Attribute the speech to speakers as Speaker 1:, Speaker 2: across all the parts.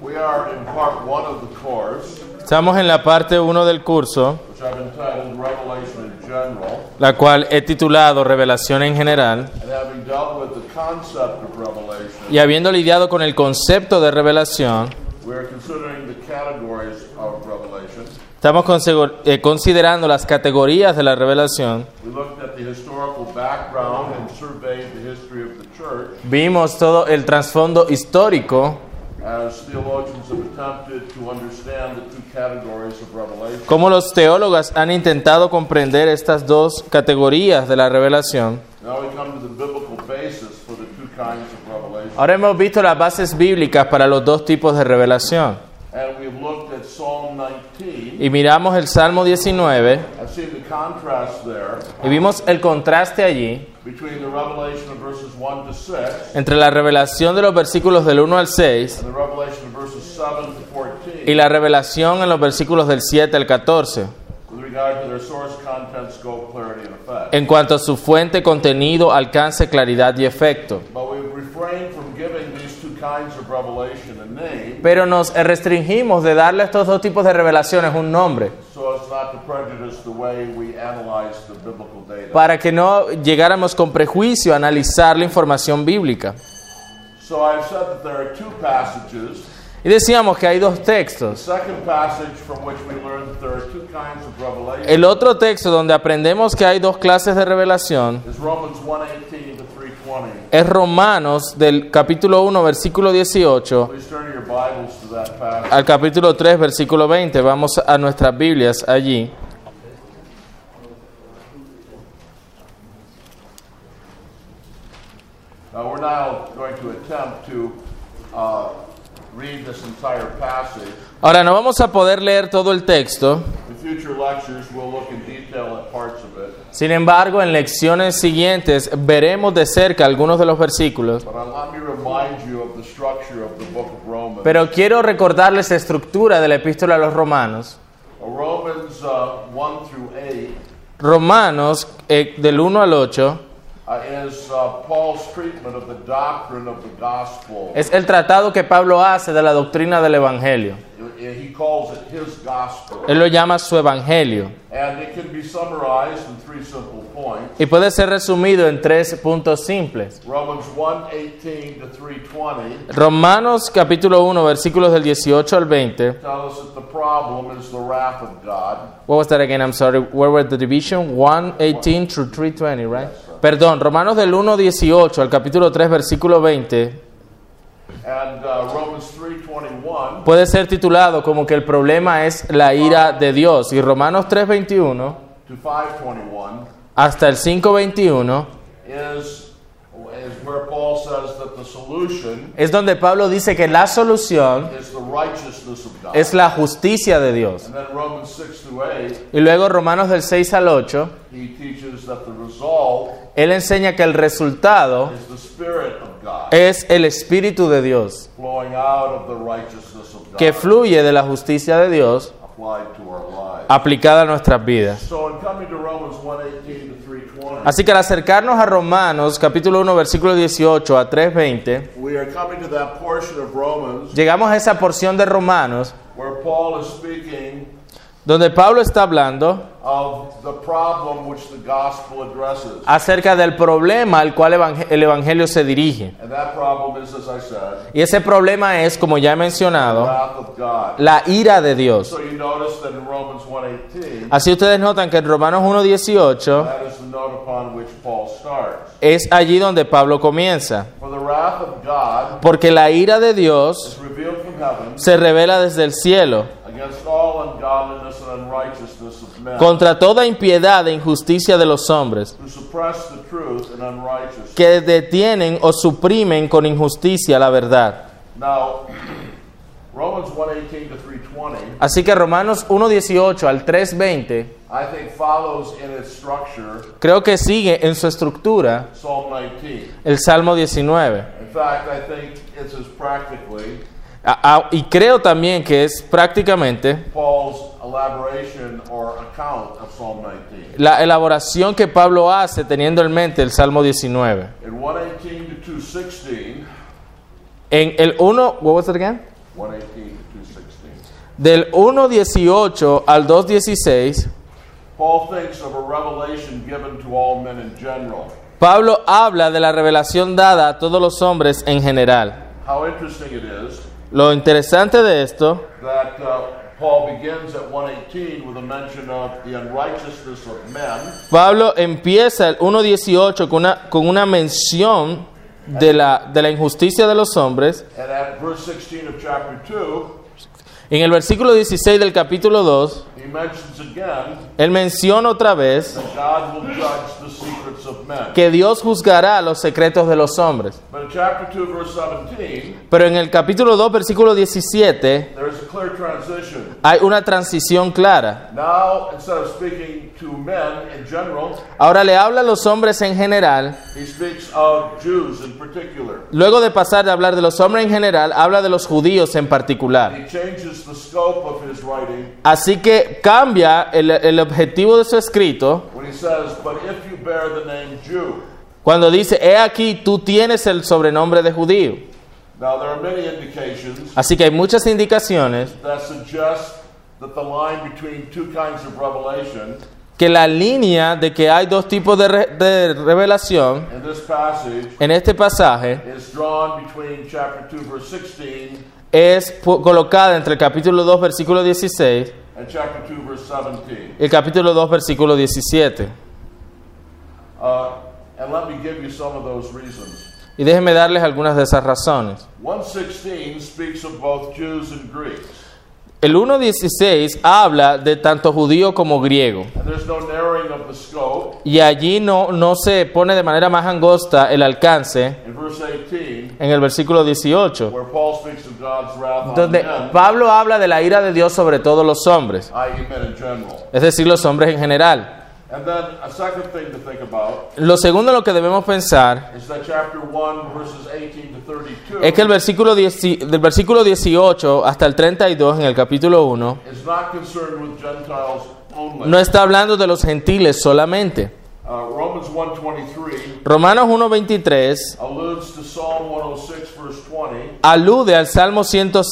Speaker 1: We are in part one of the course,
Speaker 2: Estamos en la parte 1 del curso,
Speaker 1: which I've entitled Revelation in General.
Speaker 2: la cual he titulado Revelación en general,
Speaker 1: And having dealt with the concept of revelation,
Speaker 2: y habiendo lidiado con el concepto de revelación,
Speaker 1: we're considering the categories of revelation.
Speaker 2: estamos consegu- eh, considerando las categorías de la revelación.
Speaker 1: We looked at the historical background and surveyed the history of the church
Speaker 2: Vimos todo el trasfondo histórico,
Speaker 1: as theologians have attempted to understand the two categories of revelation.
Speaker 2: cómo los teólogos han intentado comprender estas dos categorías de la revelación.
Speaker 1: Now we come to the biblical basis for the two kinds of revelation.
Speaker 2: Ahora hemos visto las bases bíblicas para los dos tipos de revelación.
Speaker 1: And we've looked at Psalm 19
Speaker 2: Y miramos el Salmo 19
Speaker 1: and seen the contrast there
Speaker 2: y vimos el contraste allí
Speaker 1: between the revelation of verses 1 to 6
Speaker 2: entre la revelación de los versículos del 1 al 6
Speaker 1: and the revelation of verses 7 to
Speaker 2: y
Speaker 1: 14
Speaker 2: la revelación en los versículos del 7 al 14,
Speaker 1: with regard to their source, content, scope, clarity, and effect.
Speaker 2: en cuanto a su fuente, contenido, alcance, claridad y efecto.
Speaker 1: But we've refrained from giving these two kinds of revelation a name
Speaker 2: Pero nos restringimos de darle a estos dos tipos de revelaciones un nombre,
Speaker 1: so as not to prejudice the way we analyze the biblical data.
Speaker 2: para que no llegáramos con prejuicio a analizar la información bíblica.
Speaker 1: So I've said that there are two passages.
Speaker 2: Y decíamos que hay dos
Speaker 1: The
Speaker 2: textos.
Speaker 1: second passage from which we learn that there are two kinds of revelation.
Speaker 2: El otro texto donde aprendemos que hay dos clases de revelación
Speaker 1: is Romans 118 to 320.
Speaker 2: es Romanos del capítulo 1, versículo 18
Speaker 1: Please turn your Bibles to that passage.
Speaker 2: al capítulo 3, versículo 20. Vamos a nuestras Biblias allí.
Speaker 1: Now, we're now going to attempt to uh, read this entire passage.
Speaker 2: Ahora, no vamos a poder leer todo el texto.
Speaker 1: In future lectures, we'll look in detail at parts of it,
Speaker 2: Sin embargo, en lecciones siguientes veremos de cerca algunos de los versículos.
Speaker 1: but I let me remind you of the structure of the book of Romans.
Speaker 2: Pero quiero recordarles la estructura de la epístola a los romanos.
Speaker 1: Uh, Romans uh, 1 through 8
Speaker 2: Romanos eh, del 1 al 8
Speaker 1: uh, is uh, Paul's treatment of the doctrine of the gospel.
Speaker 2: es el tratado que Pablo hace de la doctrina del Evangelio.
Speaker 1: He calls it his gospel.
Speaker 2: Él lo llama su Evangelio.
Speaker 1: And it can be summarized in three simple points.
Speaker 2: Y puede ser resumido en tres puntos simples.
Speaker 1: Romans 1:18 to 3:20
Speaker 2: Romanos capítulo 1, versículos del 18 al 20.
Speaker 1: tell us that the problem is the wrath of God.
Speaker 2: What was that again? I'm sorry. Where were the division? 118 through 320, right? Perdón, Romanos del 1.18 al capítulo 3, versículo 20,
Speaker 1: And uh, Romans 3:21
Speaker 2: puede ser titulado como que el problema es la ira de Dios. Y Romanos 3.21
Speaker 1: to 5:21
Speaker 2: hasta el 5.21
Speaker 1: is is where Paul says that the solution
Speaker 2: es donde Pablo dice que la solución
Speaker 1: is the righteousness of God.
Speaker 2: es la justicia de Dios.
Speaker 1: And then Romans 6 through 8
Speaker 2: Y luego Romanos del 6 al 8,
Speaker 1: he teaches that the result
Speaker 2: él enseña que el resultado
Speaker 1: is the spirit of God
Speaker 2: es el Espíritu de Dios,
Speaker 1: flowing out of the righteousness of
Speaker 2: que
Speaker 1: God
Speaker 2: fluye de la justicia de Dios
Speaker 1: applied to our lives.
Speaker 2: aplicada a nuestras vidas.
Speaker 1: So in coming to Romans 1:18 to 3:20
Speaker 2: Así que al acercarnos a Romanos capítulo 1 versículo 18 a 3.20,
Speaker 1: We are coming to that portion of Romans
Speaker 2: llegamos a esa porción de Romanos
Speaker 1: where Paul is speaking
Speaker 2: donde Pablo está hablando
Speaker 1: of the problem which the gospel addresses.
Speaker 2: acerca del problema al cual evang- el Evangelio se dirige.
Speaker 1: And that problem is, as I said,
Speaker 2: Y ese problema es, como ya he
Speaker 1: the
Speaker 2: mencionado,
Speaker 1: wrath of God.
Speaker 2: la ira de Dios.
Speaker 1: So you notice that in Romans 1:18,
Speaker 2: Así ustedes notan que en Romanos 1.18
Speaker 1: that is the note upon which Paul starts.
Speaker 2: es allí donde Pablo comienza.
Speaker 1: For the wrath of God
Speaker 2: Porque la ira de
Speaker 1: is
Speaker 2: Dios
Speaker 1: revealed from heaven
Speaker 2: se revela desde el cielo
Speaker 1: against all ungodliness and unrighteousness of men
Speaker 2: contra toda impiedad e injusticia de los hombres.
Speaker 1: who suppress the truth in unrighteousness.
Speaker 2: que detienen o suprimen con injusticia la verdad.
Speaker 1: Now, Romans 1:18 to 3:20
Speaker 2: Así que Romanos 1.18 al 3.20
Speaker 1: I think follows in its structure
Speaker 2: creo que sigue en su estructura
Speaker 1: Psalm 19.
Speaker 2: el Salmo 19.
Speaker 1: In fact, I think it's as practically
Speaker 2: A- a- y creo también que es prácticamente
Speaker 1: Paul's elaboration or account of Psalm 19.
Speaker 2: la elaboración que Pablo hace teniendo en mente el Salmo 19.
Speaker 1: In 118 to 216,
Speaker 2: En el 1, what was it again?
Speaker 1: 118 to 216.
Speaker 2: Del 1.18 al 2.16,
Speaker 1: Paul thinks of a revelation given to all men in general.
Speaker 2: Pablo habla de la revelación dada a todos los hombres en general.
Speaker 1: How interesting it is
Speaker 2: Lo interesante de esto
Speaker 1: that uh, Paul begins at 118 with a mention of the unrighteousness of men,
Speaker 2: Pablo empieza el 1.18 con una, con una mención de la, de la injusticia de los hombres.
Speaker 1: and at verse 16 of chapter 2,
Speaker 2: En el versículo 16 del capítulo 2,
Speaker 1: he mentions again
Speaker 2: él menciona otra vez
Speaker 1: that God will judge the secrets of men.
Speaker 2: que Dios juzgará los secretos de los hombres.
Speaker 1: But in chapter 2, verse 17,
Speaker 2: Pero en el capítulo 2, versículo 17,
Speaker 1: there's a clear transition.
Speaker 2: hay una transición clara.
Speaker 1: Now, instead of speaking to men in general,
Speaker 2: Ahora le habla a los hombres en general.
Speaker 1: he speaks of Jews in particular.
Speaker 2: Luego de pasar de hablar de los hombres en general, habla de los judíos en particular.
Speaker 1: He changes the scope of his writing
Speaker 2: Así que cambia el, el objetivo de su escrito
Speaker 1: when he says, But if you bear the name Jew.
Speaker 2: cuando dice, he aquí, tú tienes el sobrenombre de judío.
Speaker 1: Now, there are many indications
Speaker 2: Así que hay muchas indicaciones
Speaker 1: that suggest that the line between two kinds of revelation
Speaker 2: que la línea de que hay dos tipos de, re- de revelación
Speaker 1: in this passage
Speaker 2: en este pasaje
Speaker 1: is drawn between chapter 2, verse 16
Speaker 2: es pu- colocada entre el capítulo 2, versículo 16
Speaker 1: and chapter 2, verse 17.
Speaker 2: y el capítulo 2, versículo 17.
Speaker 1: Uh, and let me give you some of those reasons.
Speaker 2: Y déjenme darles algunas de esas razones.
Speaker 1: 116 speaks of both Jews and Greeks,
Speaker 2: El 1.16 habla de tanto judío como griego.
Speaker 1: and there's no narrowing of the scope.
Speaker 2: Y allí no, no se pone de manera más angosta el alcance
Speaker 1: In verse 18,
Speaker 2: en el versículo 18,
Speaker 1: where Paul speaks of God's wrath on
Speaker 2: donde
Speaker 1: men,
Speaker 2: Pablo habla de la ira de Dios sobre todos los hombres,
Speaker 1: i.e., men in general.
Speaker 2: es decir, los hombres en general.
Speaker 1: And then a second thing to think about
Speaker 2: Lo segundo en lo que debemos pensar
Speaker 1: is that chapter 1, verses 18 to 32
Speaker 2: es que el versículo 10 del versículo 18 hasta el 32 en el capítulo 1
Speaker 1: is not concerned with Gentiles only.
Speaker 2: no está hablando de los gentiles solamente.
Speaker 1: Uh, Romans 1.23
Speaker 2: Romanos 1.23
Speaker 1: alludes to Psalm 106, verse 20,
Speaker 2: alude al Salmo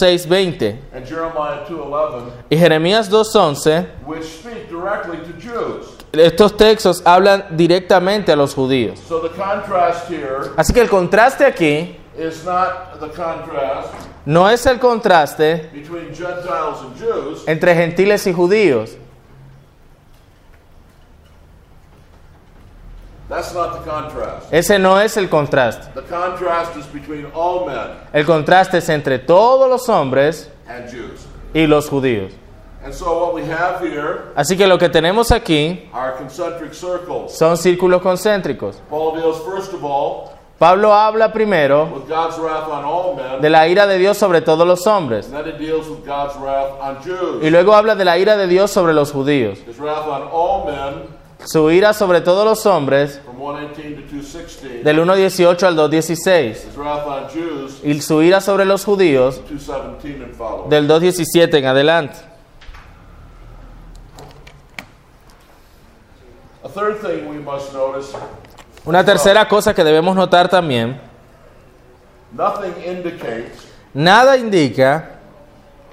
Speaker 2: 106.20
Speaker 1: and Jeremiah 2.11,
Speaker 2: y Jeremías 2.11
Speaker 1: which speak directly to Jews.
Speaker 2: Estos textos hablan directamente a los judíos.
Speaker 1: So the contrast here
Speaker 2: Así que el contraste aquí
Speaker 1: is not the contrast
Speaker 2: no es el contraste
Speaker 1: between Gentiles and Jews,
Speaker 2: entre gentiles y judíos.
Speaker 1: that's not the contrast.
Speaker 2: Ese no es el contraste.
Speaker 1: The contrast is between all men
Speaker 2: El contraste es entre todos los hombres
Speaker 1: and Jews.
Speaker 2: y los judíos.
Speaker 1: And so what we have here
Speaker 2: Así que lo que tenemos aquí
Speaker 1: are concentric circles.
Speaker 2: son círculos concéntricos.
Speaker 1: Paul deals first of all
Speaker 2: Pablo habla primero
Speaker 1: with God's wrath on all men,
Speaker 2: de la ira de Dios sobre todos los hombres
Speaker 1: and then he deals with God's wrath on Jews.
Speaker 2: y luego habla de la ira de Dios sobre los judíos.
Speaker 1: His wrath on all men
Speaker 2: Su ira sobre todos los hombres
Speaker 1: from 118 to 216.
Speaker 2: del 1.18 al 2.16
Speaker 1: His wrath on Jews
Speaker 2: y su ira sobre los judíos
Speaker 1: 217 and following.
Speaker 2: del 2.17 en adelante.
Speaker 1: A third thing we must notice
Speaker 2: Una tercera cosa que debemos notar también,
Speaker 1: nothing indicates
Speaker 2: nada indica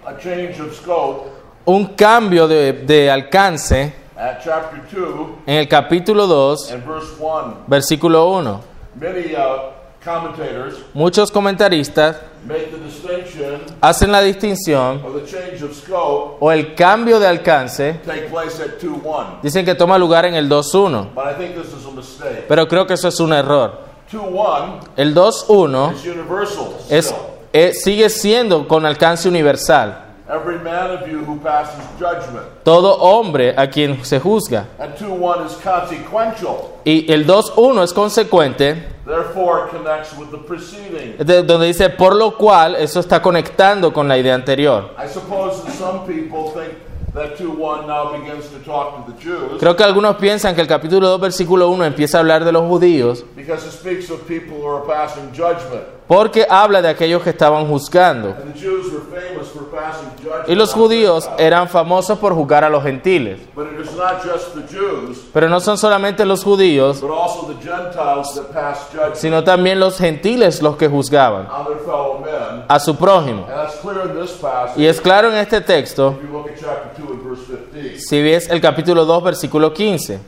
Speaker 1: a change of scope
Speaker 2: un cambio de, de alcance
Speaker 1: at chapter 2
Speaker 2: en el capítulo 2,
Speaker 1: and verse 1.
Speaker 2: versículo 1.
Speaker 1: Many uh, commentators
Speaker 2: Muchos comentaristas
Speaker 1: make the distinction
Speaker 2: hacen la distinción
Speaker 1: of the change of scope
Speaker 2: o el cambio de alcance,
Speaker 1: take place at 2 1.
Speaker 2: dicen que toma lugar en el 2.1,
Speaker 1: But I think this is a mistake.
Speaker 2: pero creo que eso es un error.
Speaker 1: 2 1
Speaker 2: El 2.1
Speaker 1: is universal.
Speaker 2: es,
Speaker 1: Still.
Speaker 2: es- sigue siendo con alcance universal.
Speaker 1: Every man of you who passes judgment.
Speaker 2: Todo hombre a quien se juzga.
Speaker 1: And 2 1 is consequential.
Speaker 2: Y el 2.1 es consecuente
Speaker 1: Therefore, it connects with the preceding.
Speaker 2: de- donde dice por lo cual eso está conectando con la idea anterior.
Speaker 1: I suppose that some people think that 2 1 now begins to talk to the Jews
Speaker 2: Creo que algunos piensan que el capítulo 2, versículo 1 empieza a hablar de los judíos
Speaker 1: because it speaks of people who are passing judgment.
Speaker 2: porque habla de aquellos que estaban juzgando.
Speaker 1: And the Jews were famous for passing judgment.
Speaker 2: Y los
Speaker 1: on
Speaker 2: judíos eh,
Speaker 1: Gentiles.
Speaker 2: eran famosos por juzgar a los gentiles.
Speaker 1: But it is not just the Jews,
Speaker 2: Pero no son solamente los judíos,
Speaker 1: but also the Gentiles that pass judgment
Speaker 2: sino también los gentiles los que juzgaban
Speaker 1: on their fellow men.
Speaker 2: a su prójimo.
Speaker 1: And that's clear in this passage.
Speaker 2: Y es claro en este texto,
Speaker 1: If you look at chapter 2 and verse 15.
Speaker 2: si ves el capítulo 2, versículo 15.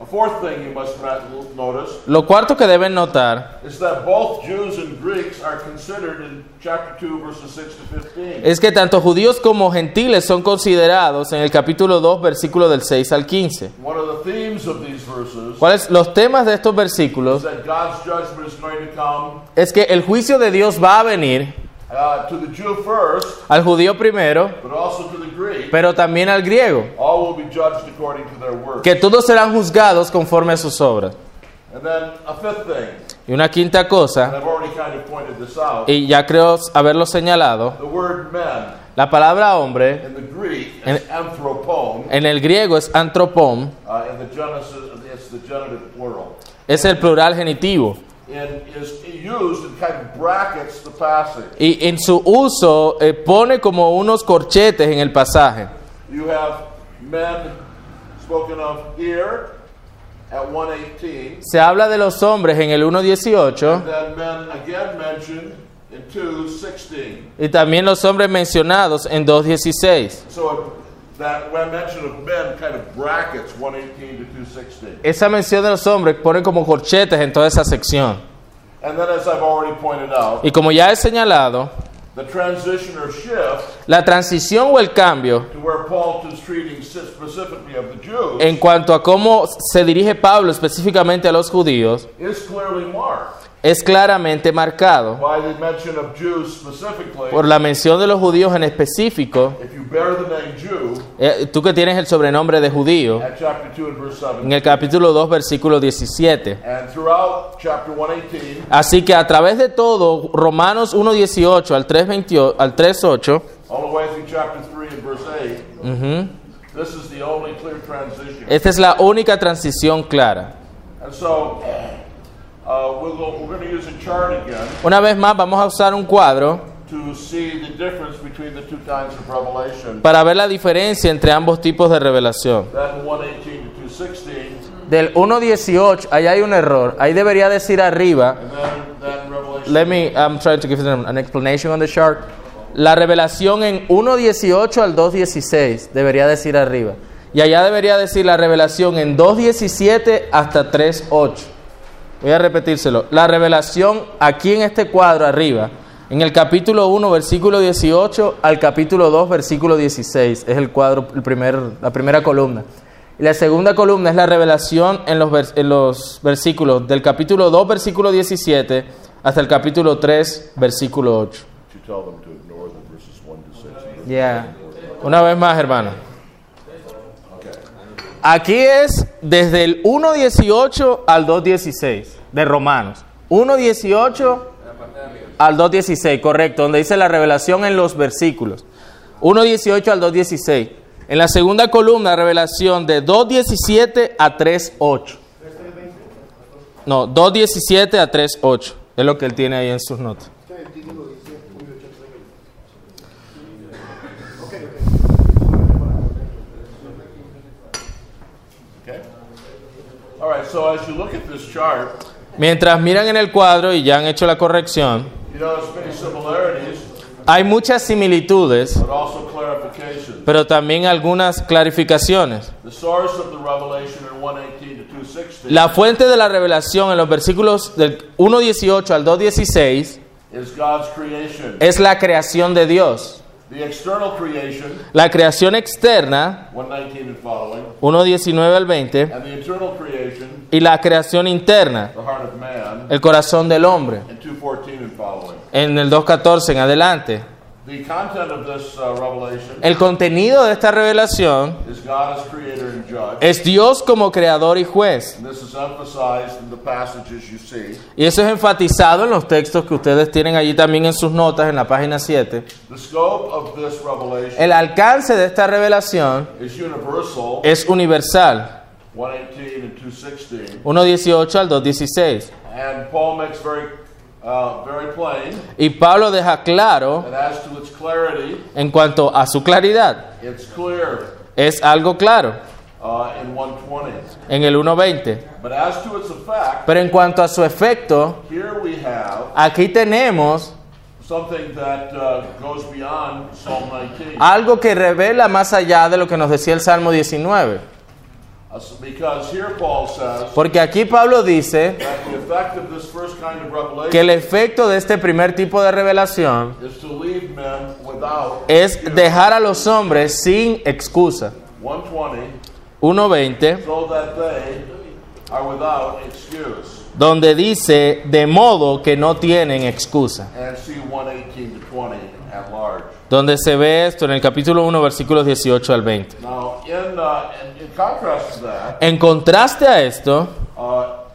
Speaker 1: A fourth thing you must not- notice
Speaker 2: Lo cuarto que deben notar
Speaker 1: is that both Jews and Greeks are considered in chapter 2 verses 6 to 15.
Speaker 2: es que tanto judíos como gentiles son considerados en el capítulo 2, versículo del 6 al 15.
Speaker 1: One of the themes of these verses
Speaker 2: ¿Cuáles los temas de estos
Speaker 1: is
Speaker 2: versículos?
Speaker 1: that God's judgment is going to come
Speaker 2: Es que el juicio de Dios va a venir
Speaker 1: uh, to the Jew first,
Speaker 2: al judío primero,
Speaker 1: but also to the Greek.
Speaker 2: pero también al griego,
Speaker 1: All will be judged according to their works.
Speaker 2: que todos serán juzgados conforme a sus obras.
Speaker 1: And then a fifth thing,
Speaker 2: Y una quinta
Speaker 1: and
Speaker 2: cosa,
Speaker 1: I've already kind of pointed this out,
Speaker 2: y ya creo haberlo señalado,
Speaker 1: the word men
Speaker 2: la palabra hombre
Speaker 1: in the Greek is anthropon,
Speaker 2: en el griego es antropón,
Speaker 1: uh, in the Genesis, it's the genitive plural.
Speaker 2: es el plural genitivo.
Speaker 1: and is used and kind of brackets the passage.
Speaker 2: Y en su uso eh, pone como unos corchetes en el pasaje.
Speaker 1: You have men spoken of here at 118,
Speaker 2: Se habla de los hombres en el 1.18
Speaker 1: then men again mentioned in 216.
Speaker 2: y también los hombres mencionados en 2.16.
Speaker 1: So it, that when mention of men kind of brackets 118 to 216.
Speaker 2: Esa mención de los hombres pone como corchetes en toda esa sección.
Speaker 1: And then, as I've already pointed out,
Speaker 2: Y como ya he señalado,
Speaker 1: the transition or shift
Speaker 2: la transición o el cambio
Speaker 1: to where Paul is treating specifically of the Jews
Speaker 2: en cuanto a cómo se dirige Pablo específicamente a los judíos
Speaker 1: is clearly marked
Speaker 2: es claramente marcado
Speaker 1: by the mention of Jews specifically.
Speaker 2: por la mención de los judíos en específico.
Speaker 1: If you bear the name Jew,
Speaker 2: Eh, tú que tienes el sobrenombre de judío,
Speaker 1: at chapter 2 and verse 7,
Speaker 2: en el capítulo 2, versículo 17.
Speaker 1: and throughout chapter 118,
Speaker 2: Así que a través de todo, Romanos 1.18 al 3.28 al 3.8,
Speaker 1: all the way through chapter 3 and verse 8, this is the only clear transition.
Speaker 2: esta es la única transición clara.
Speaker 1: and so, uh, we'll go, we're going to use a chart again
Speaker 2: Una vez más, vamos a usar un cuadro
Speaker 1: to see the difference between the two kinds of revelation.
Speaker 2: para ver la diferencia entre ambos tipos de revelación.
Speaker 1: That 118 to 216,
Speaker 2: Del 1.18, ahí hay un error. Ahí debería decir arriba,
Speaker 1: and then that revelation.
Speaker 2: let me, I'm trying to give them an explanation on the chart. La revelación en 1.18 al 2.16 debería decir arriba. Y allá debería decir la revelación en 2.17 hasta 3.8. Voy a repetírselo. La revelación aquí en este cuadro arriba, en el capítulo 1, versículo 18 al capítulo 2, versículo 16. Es el cuadro, el primer, la primera columna. Y la segunda columna es la revelación en los, vers- en los versículos del capítulo 2, versículo 17 hasta el capítulo 3, versículo 8.
Speaker 1: to tell them to ignore the verses 1 to 6. and verse-
Speaker 2: Yeah. Una vez más, hermano.
Speaker 1: Okay.
Speaker 2: Aquí es desde el 1.18 al 2.16 de Romanos. 1.18 al 2.16, correcto, donde dice la revelación en los versículos. 1.18 al 2.16. En la segunda columna, revelación de 2.17 a 3.8. No, 2.17 a 3.8. Es lo que él tiene ahí en sus notas.
Speaker 1: Okay. All right, so as you look at this chart,
Speaker 2: Mientras miran en el cuadro y ya han hecho la corrección,
Speaker 1: you notice many similarities,
Speaker 2: hay muchas similitudes.
Speaker 1: but also clarification.
Speaker 2: pero también algunas clarificaciones.
Speaker 1: The source of the revelation in 118 to 260
Speaker 2: La fuente de la revelación en los versículos del 1.18 al 2.16
Speaker 1: is God's creation.
Speaker 2: es la creación de Dios.
Speaker 1: The external creation,
Speaker 2: La creación externa,
Speaker 1: 119 and following,
Speaker 2: 1.19 al 20,
Speaker 1: and the internal creation,
Speaker 2: y la creación interna,
Speaker 1: the heart of man,
Speaker 2: el corazón del hombre,
Speaker 1: in 214 and following.
Speaker 2: en el 2.14 en adelante.
Speaker 1: The content of this uh, revelation
Speaker 2: El contenido de esta revelación
Speaker 1: is God as creator and judge.
Speaker 2: es Dios como creador y juez.
Speaker 1: And this is emphasized in the passages you see.
Speaker 2: Y eso es enfatizado en los textos que ustedes tienen allí también en sus notas, en la página 7.
Speaker 1: The scope of this revelation
Speaker 2: El alcance de esta revelación
Speaker 1: is universal,
Speaker 2: es universal.
Speaker 1: 118 and 216.
Speaker 2: 1.18 al 2.16.
Speaker 1: And Paul makes very uh, very plain,
Speaker 2: Y Pablo deja claro
Speaker 1: and as to its clarity,
Speaker 2: en cuanto a su claridad.
Speaker 1: it's clear
Speaker 2: Es algo claro
Speaker 1: uh, in 120.
Speaker 2: en el 1.20.
Speaker 1: But as to its effect,
Speaker 2: Pero en cuanto a su efecto,
Speaker 1: here we have
Speaker 2: aquí tenemos
Speaker 1: something that uh, goes beyond Psalm 19.
Speaker 2: algo que revela más allá de lo que nos decía el Salmo 19.
Speaker 1: Uh, Because here Paul says
Speaker 2: Porque aquí Pablo dice
Speaker 1: that the effect of this first kind of revelation
Speaker 2: que el efecto de este primer tipo de revelación
Speaker 1: is to leave men without
Speaker 2: es dejar a los hombres sin excusa.
Speaker 1: 120,
Speaker 2: 1.20.
Speaker 1: so that they are without excuse.
Speaker 2: donde dice de modo que no tienen excusa.
Speaker 1: And see 118 to 20 at large.
Speaker 2: Donde se ve esto en el capítulo 1, versículos 18 al 20.
Speaker 1: Now, in, uh, in, in contrast to that,
Speaker 2: En contraste a esto,
Speaker 1: uh,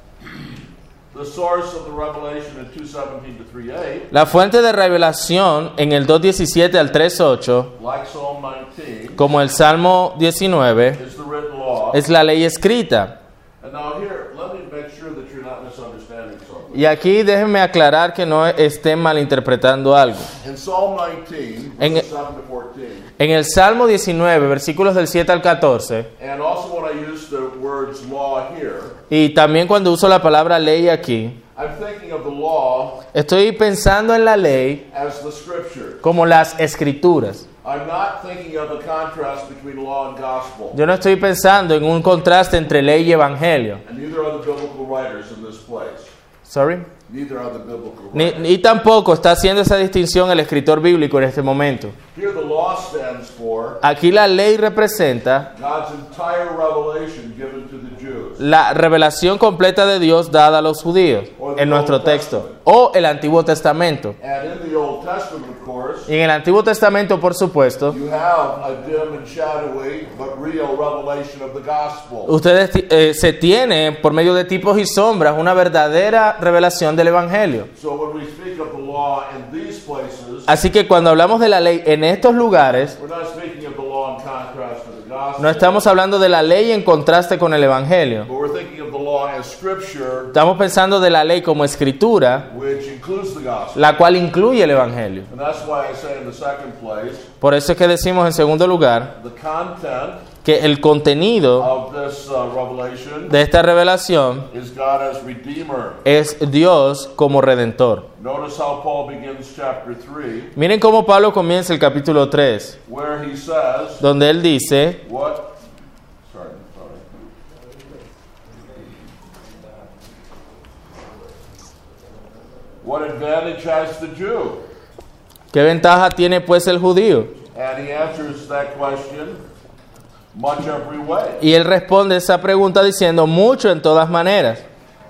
Speaker 1: the source of the revelation in 217 to 38,
Speaker 2: la fuente de revelación en el 2.17 al 3.8,
Speaker 1: like Psalm 19,
Speaker 2: como el Salmo 19,
Speaker 1: is the written law.
Speaker 2: es la ley escrita.
Speaker 1: And now here, let me make sure that you're not misunderstanding something.
Speaker 2: Y aquí déjenme aclarar que no estén malinterpretando algo.
Speaker 1: In Psalm 19,
Speaker 2: En-
Speaker 1: verses 7 to 14,
Speaker 2: En el Salmo 19, versículos del 7 al 14,
Speaker 1: and also when I use the words law here,
Speaker 2: y también cuando uso la palabra ley aquí,
Speaker 1: I'm thinking of the law
Speaker 2: estoy pensando en la ley
Speaker 1: as the scripture.
Speaker 2: como las escrituras.
Speaker 1: I'm not thinking of the contrast between law and gospel.
Speaker 2: Yo no estoy pensando en un contraste entre ley y evangelio.
Speaker 1: And neither are the biblical writers in this place.
Speaker 2: Sorry.
Speaker 1: Neither are the biblical
Speaker 2: Ni,
Speaker 1: writers.
Speaker 2: ni tampoco está haciendo esa distinción el escritor bíblico en este momento.
Speaker 1: Here the law stands for
Speaker 2: Aquí la ley representa
Speaker 1: God's entire revelation given to the Jews.
Speaker 2: la revelación completa de Dios dada a los judíos en nuestro texto o el Antiguo Testamento.
Speaker 1: And in the Old Testament, of course,
Speaker 2: Y en el Antiguo Testamento, por supuesto,
Speaker 1: you have a dim and shadowy but real revelation of the gospel.
Speaker 2: ustedes ti- eh, se tienen por medio de tipos y sombras una verdadera revelación del Evangelio.
Speaker 1: So when we speak of the law in these places,
Speaker 2: Así que cuando hablamos de la ley en estos lugares,
Speaker 1: we're not speaking of the law in contrast to the gospel.
Speaker 2: no estamos hablando de la ley en contraste con el Evangelio.
Speaker 1: But we're thinking of the law as scripture,
Speaker 2: Estamos pensando de la ley como escritura,
Speaker 1: which includes the gospel.
Speaker 2: la cual incluye el Evangelio.
Speaker 1: And that's why I say in the second place,
Speaker 2: Por eso es que decimos en segundo lugar
Speaker 1: the content
Speaker 2: que el contenido
Speaker 1: of this uh, revelation
Speaker 2: de esta revelación
Speaker 1: is God as Redeemer.
Speaker 2: es Dios como redentor.
Speaker 1: Notice how Paul begins chapter 3,
Speaker 2: Miren cómo Pablo comienza el capítulo 3,
Speaker 1: where he says,
Speaker 2: donde él dice,
Speaker 1: What? Sorry, sorry. What advantage has the Jew?
Speaker 2: ¿qué ventaja tiene pues el judío?
Speaker 1: And he answers that question much every way.
Speaker 2: Y él responde esa pregunta diciendo mucho en todas maneras.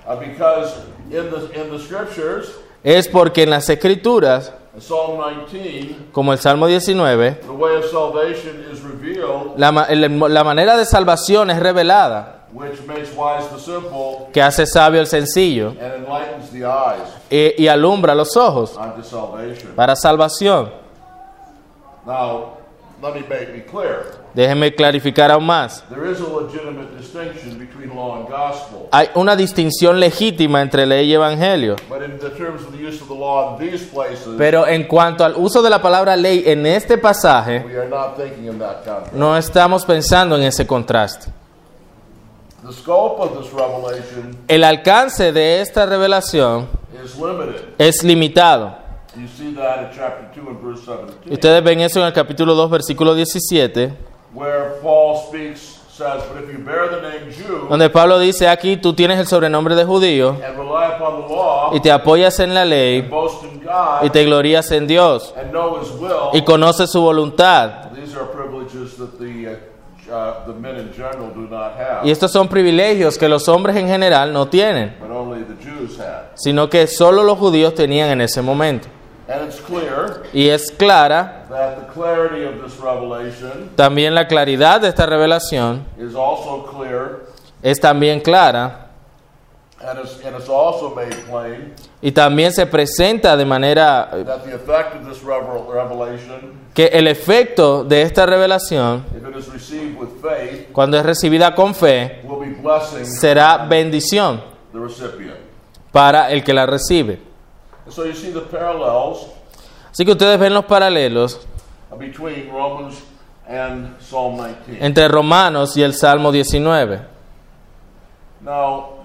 Speaker 1: Uh, because in the, in the scriptures,
Speaker 2: Es porque en las escrituras,
Speaker 1: in Psalm 19,
Speaker 2: como el Salmo 19,
Speaker 1: the way of salvation is revealed,
Speaker 2: la, ma- el- la manera de salvación es revelada,
Speaker 1: which makes wise the simple
Speaker 2: que hace sabio el sencillo.
Speaker 1: and enlightens the eyes
Speaker 2: e- y alumbra los ojos
Speaker 1: unto salvation.
Speaker 2: para salvación.
Speaker 1: Now, let me make me clear.
Speaker 2: Déjeme clarificar aún más.
Speaker 1: There is a legitimate distinction between law and gospel.
Speaker 2: Hay una distinción legítima entre ley y evangelio,
Speaker 1: But in the terms of the use of the law in these places,
Speaker 2: pero en cuanto al uso de la palabra ley en este pasaje,
Speaker 1: we are not thinking in that context.
Speaker 2: no estamos pensando en ese contraste.
Speaker 1: The scope of this revelation
Speaker 2: El alcance de esta revelación
Speaker 1: is limited.
Speaker 2: es limitado.
Speaker 1: You see that in chapter 2 and verse 17.
Speaker 2: Ustedes ven eso en el capítulo 2, versículo 17,
Speaker 1: where Paul speaks, says, But if you bear the name Jew
Speaker 2: donde Pablo dice, aquí tú tienes el sobrenombre de judío
Speaker 1: and rely upon the law,
Speaker 2: y te apoyas en la ley
Speaker 1: and boast in
Speaker 2: y
Speaker 1: God,
Speaker 2: te glorías en Dios
Speaker 1: and know His will,
Speaker 2: y conoces su voluntad
Speaker 1: these are privileges that the, uh, uh, the men in general do not
Speaker 2: Y
Speaker 1: have,
Speaker 2: estos son privilegios que los hombres en general no tienen,
Speaker 1: but only the Jews have.
Speaker 2: sino que solo los judíos tenían en ese momento.
Speaker 1: And it's clear
Speaker 2: Y es clara
Speaker 1: that the clarity of this revelation
Speaker 2: también la claridad de esta revelación,
Speaker 1: is also clear,
Speaker 2: es también clara
Speaker 1: and it's, and it's also made plain
Speaker 2: y también se presenta de manera eh,
Speaker 1: that the effect of this revel- revelation,
Speaker 2: que el efecto de esta revelación,
Speaker 1: if it is received with faith,
Speaker 2: cuando es recibida con fe,
Speaker 1: will be blessing
Speaker 2: será bendición
Speaker 1: the recipient.
Speaker 2: para el que la recibe.
Speaker 1: And so you see the parallels
Speaker 2: Así que ustedes ven los paralelos
Speaker 1: between Romans and Psalm 19.
Speaker 2: entre Romanos y el Salmo 19.
Speaker 1: Now,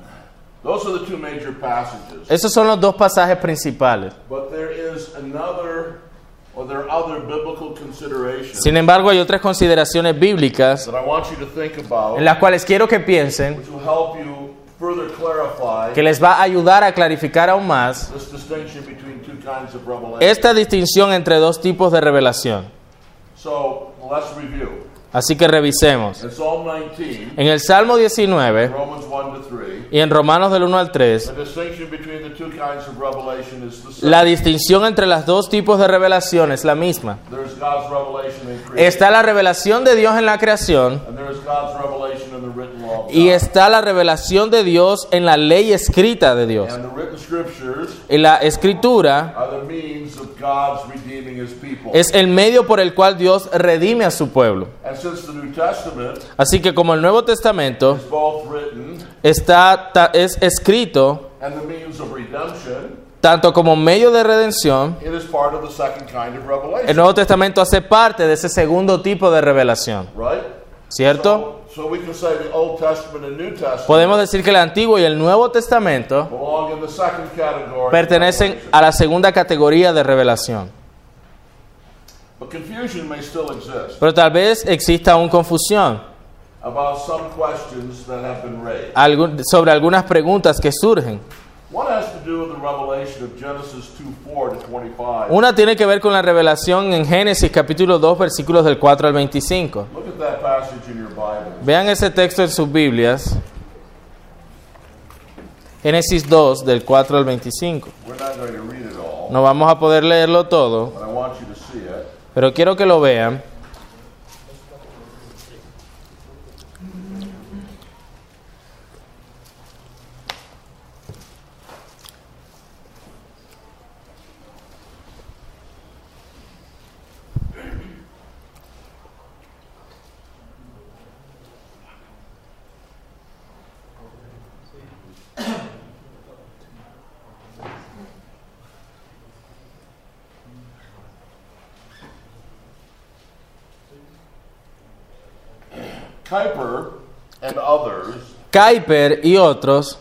Speaker 1: those are the two major passages.
Speaker 2: Esos son los dos pasajes principales.
Speaker 1: But there is another, or there are other biblical considerations
Speaker 2: Sin embargo, hay otras consideraciones bíblicas
Speaker 1: that I want you to think about,
Speaker 2: en las cuales quiero que piensen,
Speaker 1: which will help you further clarify
Speaker 2: que les va a ayudar a clarificar aún más
Speaker 1: this distinction between two kinds of revelation.
Speaker 2: esta distinción entre dos tipos de revelación.
Speaker 1: So let's review.
Speaker 2: Así que revisemos.
Speaker 1: In Psalm 19,
Speaker 2: En el Salmo 19
Speaker 1: Romans 1 to 3,
Speaker 2: y en Romanos del 1 al 3,
Speaker 1: the distinction between the two kinds of revelation is the same.
Speaker 2: la distinción entre los dos tipos de revelación es la misma.
Speaker 1: There's God's revelation in creation,
Speaker 2: Está la revelación de Dios en la creación
Speaker 1: and there is God's revelation in the written law of
Speaker 2: y
Speaker 1: God.
Speaker 2: está la revelación de Dios en la ley escrita de Dios.
Speaker 1: And the written scriptures
Speaker 2: Y la escritura
Speaker 1: are the means of God's redeeming his people.
Speaker 2: es el medio por el cual Dios redime a su pueblo.
Speaker 1: And since the New Testament
Speaker 2: Así que como el Nuevo Testamento
Speaker 1: is both written
Speaker 2: está, ta- es escrito
Speaker 1: and the means of redemption,
Speaker 2: tanto como medio de redención,
Speaker 1: it is part of the second kind of
Speaker 2: el
Speaker 1: revelation,
Speaker 2: Nuevo Testamento hace parte de ese segundo tipo de revelación,
Speaker 1: right?
Speaker 2: ¿cierto?
Speaker 1: So, so we can say the Old Testament and New Testament
Speaker 2: Podemos decir que el Antiguo y el Nuevo Testamento
Speaker 1: belong in the second category. of
Speaker 2: pertenecen
Speaker 1: revelation.
Speaker 2: a la segunda categoría de revelación.
Speaker 1: But confusion may still exist
Speaker 2: Pero tal vez exista aún confusión
Speaker 1: about some questions that have been raised.
Speaker 2: algún- sobre algunas preguntas que surgen.
Speaker 1: One has to do with the revelation of Genesis 2 4 to 25.
Speaker 2: Una tiene que ver con la revelación en Génesis capítulo 2 versículos del 4 al 25.
Speaker 1: Look at that passage in your Bible.
Speaker 2: Vean ese texto en sus Biblias. Génesis 2 del 4 al 25.
Speaker 1: We're not going to read it all,
Speaker 2: No vamos a poder leerlo todo,
Speaker 1: but I want you to see it.
Speaker 2: pero quiero que lo vean.
Speaker 1: Kuiper and others
Speaker 2: Kuiper y otros,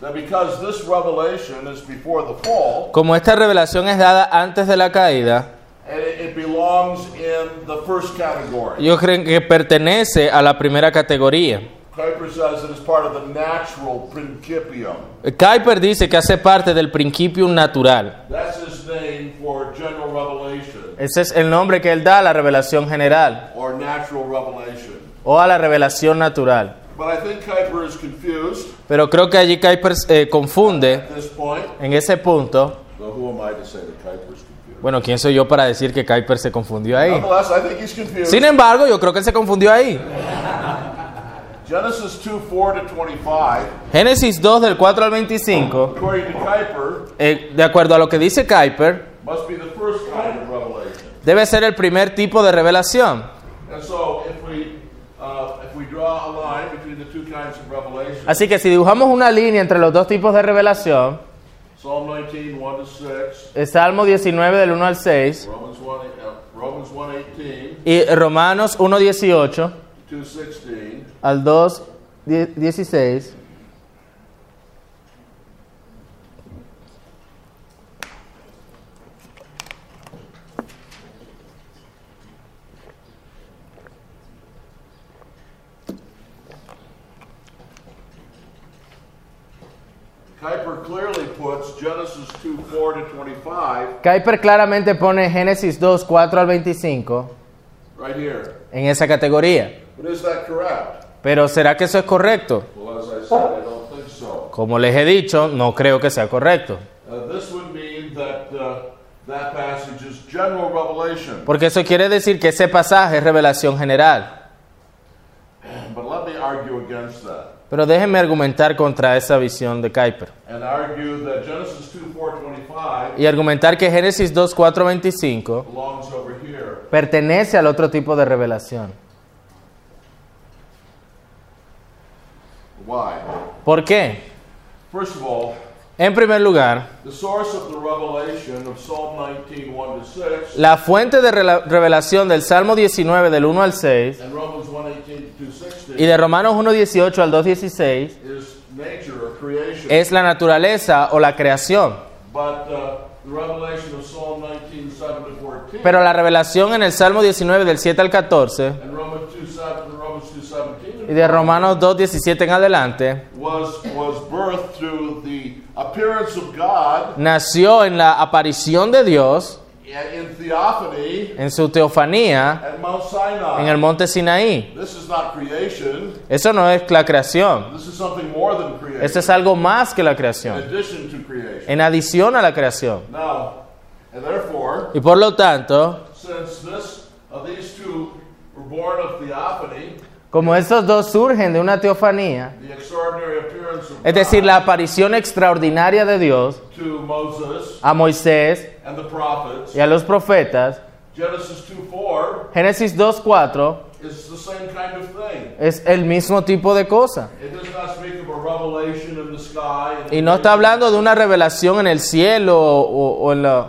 Speaker 1: that because this revelation is before the fall,
Speaker 2: como esta revelación es dada antes de la caída,
Speaker 1: and it, it belongs in the first category.
Speaker 2: ellos creen que pertenece a la primera categoría.
Speaker 1: Kuiper says it is part of the natural principium.
Speaker 2: Kuiper dice que hace parte del principio natural.
Speaker 1: That's his name for general revelation
Speaker 2: Ese es el nombre que él da a la revelación general
Speaker 1: or natural revelation.
Speaker 2: o a la revelación natural.
Speaker 1: But I think Kuiper is confused
Speaker 2: Pero creo que allí Kuiper eh, confunde
Speaker 1: at this point.
Speaker 2: en ese punto
Speaker 1: Though who am I to say that Kuiper is confused?
Speaker 2: Bueno, ¿quién soy yo para decir que Kuiper se confundió ahí?
Speaker 1: Nonetheless, I think he's confused.
Speaker 2: Sin embargo, yo creo que él se confundió ahí.
Speaker 1: Genesis 2 4 to 25,
Speaker 2: Génesis 2 del 4 al 25,
Speaker 1: according to Kuiper,
Speaker 2: eh, de acuerdo a lo que dice Kuiper,
Speaker 1: must be the first kind of revelation.
Speaker 2: debe ser el primer tipo de revelación.
Speaker 1: And so, if we uh, if we draw a line between the two kinds of revelation,
Speaker 2: Así que si dibujamos una línea entre los dos tipos de revelación,
Speaker 1: Psalm 19, 1 to 6,
Speaker 2: el Salmo 19 del 1 al 6
Speaker 1: Romans 1, uh, Romans 1, 18
Speaker 2: y Romanos 1, 18
Speaker 1: to 16,
Speaker 2: al 2, 10, 16,
Speaker 1: Kuiper clearly puts Genesis 2, 4 to 25
Speaker 2: Kuiper claramente pone Génesis 2, 4 al 25
Speaker 1: right here.
Speaker 2: en esa categoría.
Speaker 1: But is that correct?
Speaker 2: Pero ¿será que eso es correcto?
Speaker 1: Well, as I said, I don't think so.
Speaker 2: Como les he dicho, no creo que sea correcto.
Speaker 1: Uh, this would mean that uh, that passage is general revelation.
Speaker 2: Porque eso quiere decir que ese pasaje es revelación general.
Speaker 1: But let me argue against that
Speaker 2: Pero déjenme argumentar contra esa visión de Kuiper.
Speaker 1: and argue that Genesis 2, 4, 25
Speaker 2: Y argumentar que Génesis 2, 4, 25
Speaker 1: belongs over here.
Speaker 2: pertenece al otro tipo de revelación.
Speaker 1: Why?
Speaker 2: ¿Por qué?
Speaker 1: First of all,
Speaker 2: En primer lugar,
Speaker 1: The source of the revelation of Psalm 19, 1 to 6,
Speaker 2: la fuente de rela- revelación del Salmo 19 del 1 al 6
Speaker 1: and Romans 1:18 to 2:16
Speaker 2: y de Romanos 1.18 al 2.16
Speaker 1: is nature or creation.
Speaker 2: es la naturaleza o la creación.
Speaker 1: but uh, the revelation of Psalm 19, 7 to 14,
Speaker 2: Pero la revelación en el Salmo 19 del 7 al 14
Speaker 1: and Romans 2, 7 and Romans 2,
Speaker 2: y de
Speaker 1: 17
Speaker 2: Romanos 2.17 en adelante
Speaker 1: was, was birthed through the appearance of God
Speaker 2: nació en la aparición de Dios,
Speaker 1: in theophany
Speaker 2: en su teofanía,
Speaker 1: at Mount
Speaker 2: en
Speaker 1: Sinai.
Speaker 2: el monte Sinaí.
Speaker 1: This is not creation.
Speaker 2: Eso no es la creación.
Speaker 1: This is something more than creation.
Speaker 2: Eso es algo más que la
Speaker 1: in
Speaker 2: creación,
Speaker 1: addition to creation.
Speaker 2: en adición a la creación.
Speaker 1: Now, and therefore,
Speaker 2: Y por lo tanto,
Speaker 1: since this, uh, these two were born of theophany,
Speaker 2: como estos dos surgen de una teofanía,
Speaker 1: the extraordinary appearance of
Speaker 2: es decir,
Speaker 1: God
Speaker 2: la aparición extraordinaria de Dios
Speaker 1: to Moses
Speaker 2: a Moisés
Speaker 1: and the prophets,
Speaker 2: y a los profetas,
Speaker 1: Genesis 2 4
Speaker 2: Génesis 2.4
Speaker 1: is the same kind of thing.
Speaker 2: es el mismo tipo de cosa.
Speaker 1: It does not speak of a revelation in the sky. and
Speaker 2: Y no está hablando de una revelación en el cielo o, o en, la-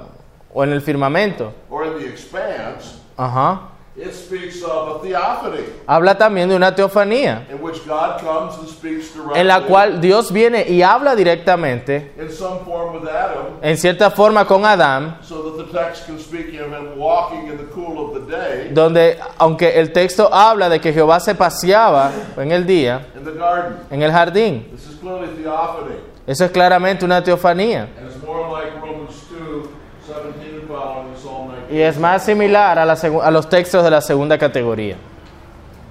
Speaker 2: o en el firmamento.
Speaker 1: Or in the expanse.
Speaker 2: Ajá.
Speaker 1: It speaks of a theophany
Speaker 2: Habla también de una teofanía,
Speaker 1: in which God comes and speaks directly
Speaker 2: en la cual Dios viene y habla directamente,
Speaker 1: in some form with Adam.
Speaker 2: en cierta forma con Adán,
Speaker 1: So that the text can speak of him walking in the cool of the day
Speaker 2: donde aunque el texto habla de que Jehová se paseaba en el día,
Speaker 1: in the garden.
Speaker 2: en el jardín,
Speaker 1: This is clearly theophany,
Speaker 2: eso es claramente una teofanía.
Speaker 1: and it's more like Romans 2, 17 and following, and Psalm 19.
Speaker 2: Y es más similar a, la segu- a los textos de la segunda categoría.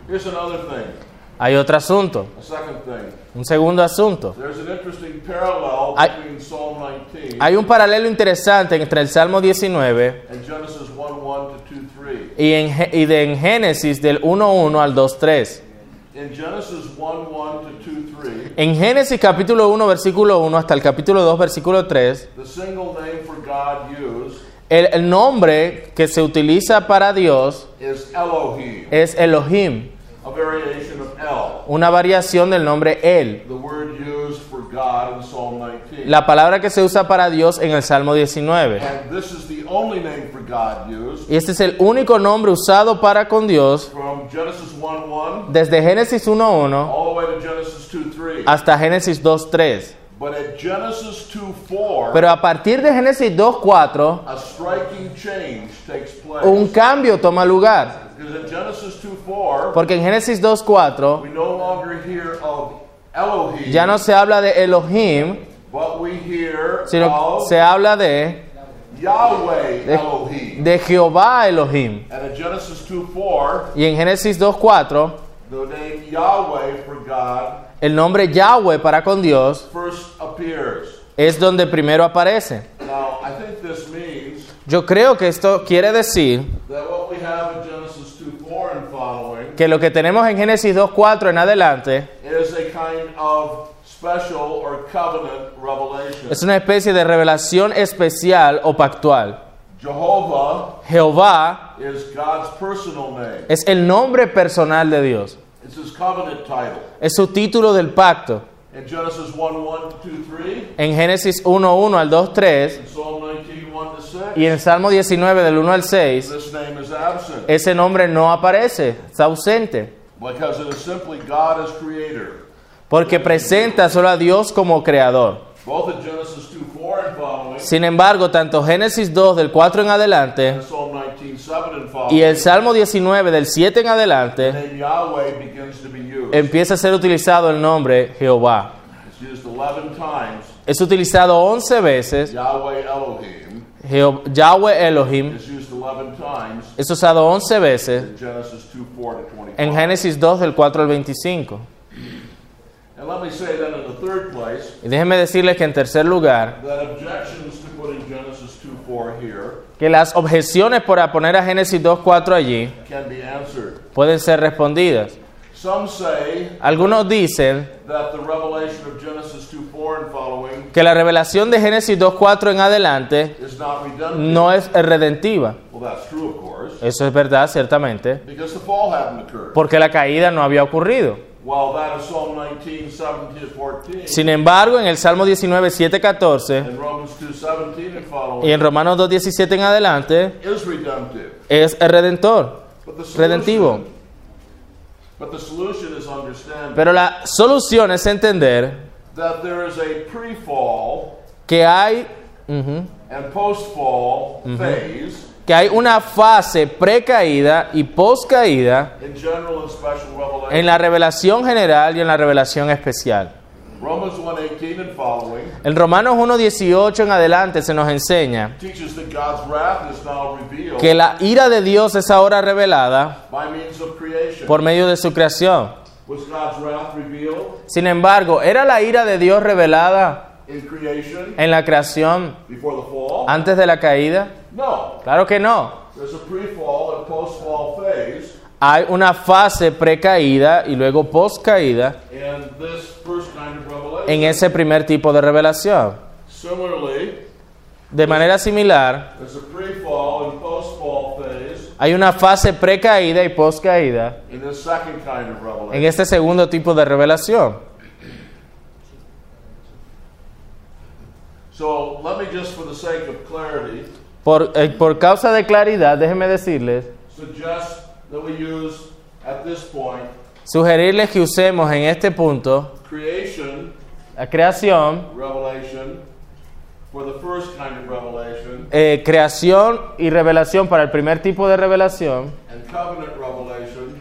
Speaker 1: Here's another thing,
Speaker 2: Hay otro asunto,
Speaker 1: a second thing.
Speaker 2: un segundo asunto.
Speaker 1: There's an interesting parallel
Speaker 2: I-
Speaker 1: between Psalm 19
Speaker 2: Hay un paralelo interesante entre el Salmo 19
Speaker 1: and Genesis 1, 1 to 2, 3.
Speaker 2: y, en, Gé- y de en Génesis del 1.1 al 2.3.
Speaker 1: In Genesis 1, 1 to 2, 3,
Speaker 2: En Génesis capítulo 1, versículo 1 hasta el capítulo 2, versículo 3,
Speaker 1: the single name for God used
Speaker 2: el, el nombre que se utiliza para Dios
Speaker 1: is Elohim,
Speaker 2: es Elohim,
Speaker 1: a variation of El,
Speaker 2: una variación del nombre Él.
Speaker 1: the word used for God in Psalm 19.
Speaker 2: La palabra que se usa para Dios en el Salmo 19.
Speaker 1: and this is the only name for God used
Speaker 2: Y este es el único nombre usado para con Dios
Speaker 1: from Genesis 1, 1
Speaker 2: desde Génesis 1.1
Speaker 1: all the way to Genesis 2 3.
Speaker 2: hasta Génesis 2.3.
Speaker 1: But at Genesis 2 4,
Speaker 2: Pero a partir de Génesis 2.4,
Speaker 1: a striking change takes place.
Speaker 2: un cambio toma lugar.
Speaker 1: Because in Genesis 2 4,
Speaker 2: Porque en Génesis 2.4
Speaker 1: we no longer hear of Elohim,
Speaker 2: Ya no se habla de Elohim,
Speaker 1: but we hear
Speaker 2: sino
Speaker 1: of
Speaker 2: se habla de,
Speaker 1: Yahweh Elohim.
Speaker 2: de Jehová Elohim.
Speaker 1: And in Genesis 2 4,
Speaker 2: Y en Génesis 2.4,
Speaker 1: the name Yahweh for God
Speaker 2: el nombre Yahweh para con Dios
Speaker 1: first appears.
Speaker 2: es donde primero aparece.
Speaker 1: Now, I think this means
Speaker 2: Yo creo que esto quiere decir
Speaker 1: that what we have in Genesis 2 4 and following
Speaker 2: que lo que tenemos en Génesis 2.4 en adelante
Speaker 1: is a kind of special or covenant revelation.
Speaker 2: es una especie de revelación especial o pactual.
Speaker 1: Jehovah
Speaker 2: Jehová
Speaker 1: is God's personal name.
Speaker 2: es el nombre personal de Dios,
Speaker 1: It's his covenant title.
Speaker 2: es su título del pacto.
Speaker 1: In Genesis 1 1 2 3,
Speaker 2: En Génesis 1.1 al 2.3
Speaker 1: in Psalm 19 1 to 6,
Speaker 2: y en Salmo 19 del 1 al 6,
Speaker 1: this name is absent
Speaker 2: ese nombre no aparece, está ausente,
Speaker 1: because it is simply God as creator.
Speaker 2: porque presenta solo a Dios como creador.
Speaker 1: Both in Genesis 2 4 and following,
Speaker 2: Sin embargo, tanto Génesis 2 del 4 en adelante
Speaker 1: and Psalm 19 7 and
Speaker 2: y
Speaker 1: following,
Speaker 2: el Salmo 19 del 7 en
Speaker 1: the
Speaker 2: adelante
Speaker 1: name Yahweh begins to be used.
Speaker 2: empieza a ser utilizado el nombre Jehová.
Speaker 1: It's used 11 times.
Speaker 2: Es utilizado 11 veces,
Speaker 1: Yahweh Elohim
Speaker 2: Jeho- Yahweh Elohim
Speaker 1: is used 11 times.
Speaker 2: es usado 11 veces
Speaker 1: in Genesis 2 4 to 25.
Speaker 2: en Génesis 2 del 4 al 25.
Speaker 1: And let me say that in the third place,
Speaker 2: Y déjenme decirles que en tercer lugar,
Speaker 1: that objections to putting Genesis 2 4 here
Speaker 2: que las objeciones para poner a Génesis 2.4 allí
Speaker 1: can be answered.
Speaker 2: pueden ser respondidas.
Speaker 1: Some say
Speaker 2: Algunos dicen
Speaker 1: that the revelation of Genesis 2 4 and following
Speaker 2: que la revelación de Génesis 2.4 en adelante
Speaker 1: is not redemptive.
Speaker 2: no es redentiva.
Speaker 1: Well, that's true, of course,
Speaker 2: Eso es verdad, ciertamente,
Speaker 1: because the fall hadn't occurred.
Speaker 2: porque la caída no había ocurrido.
Speaker 1: while that of Psalm 19, 17 to 14,
Speaker 2: Sin embargo, en el Salmo 19, 7, 14
Speaker 1: and Romans 2, 17 and following
Speaker 2: y en Romanos 2, 17 en adelante,
Speaker 1: is redemptive.
Speaker 2: es el redentor,
Speaker 1: But the solution,
Speaker 2: redentivo.
Speaker 1: But the solution is understanding
Speaker 2: Pero la solución es entender
Speaker 1: that there is a pre-fall
Speaker 2: que hay, ujú,
Speaker 1: and post-fall phase
Speaker 2: que hay una fase precaída y poscaída
Speaker 1: in general and special revelation.
Speaker 2: en la revelación general y en la revelación especial.
Speaker 1: Romans 1:18 and following
Speaker 2: En Romanos 1.18 en adelante se nos enseña
Speaker 1: teaches that God's wrath is now revealed
Speaker 2: que la ira de Dios es ahora revelada
Speaker 1: by means of creation.
Speaker 2: por medio de su creación.
Speaker 1: Was God's wrath revealed
Speaker 2: Sin embargo, ¿era la ira de Dios revelada
Speaker 1: in creation
Speaker 2: en la creación
Speaker 1: before the fall?
Speaker 2: antes de la caída?
Speaker 1: No.
Speaker 2: Claro que no.
Speaker 1: There's a pre-fall and post-fall phase,
Speaker 2: Hay una fase precaída y luego poscaída
Speaker 1: and this first kind of revelation.
Speaker 2: en ese primer tipo de revelación.
Speaker 1: Similarly,
Speaker 2: De manera similar,
Speaker 1: there's a pre-fall and post-fall phase
Speaker 2: hay una fase precaída y poscaída
Speaker 1: in this second kind of revelation.
Speaker 2: en este segundo tipo de revelación.
Speaker 1: So let me just, for the sake of clarity,
Speaker 2: Por, eh, por causa de claridad, déjenme decirles,
Speaker 1: suggest that we use at this point
Speaker 2: sugerirles que usemos en este punto
Speaker 1: creation
Speaker 2: la creación,
Speaker 1: revelation for the first kind of revelation
Speaker 2: eh, creación y revelación para el primer tipo de revelación,
Speaker 1: and covenant revelation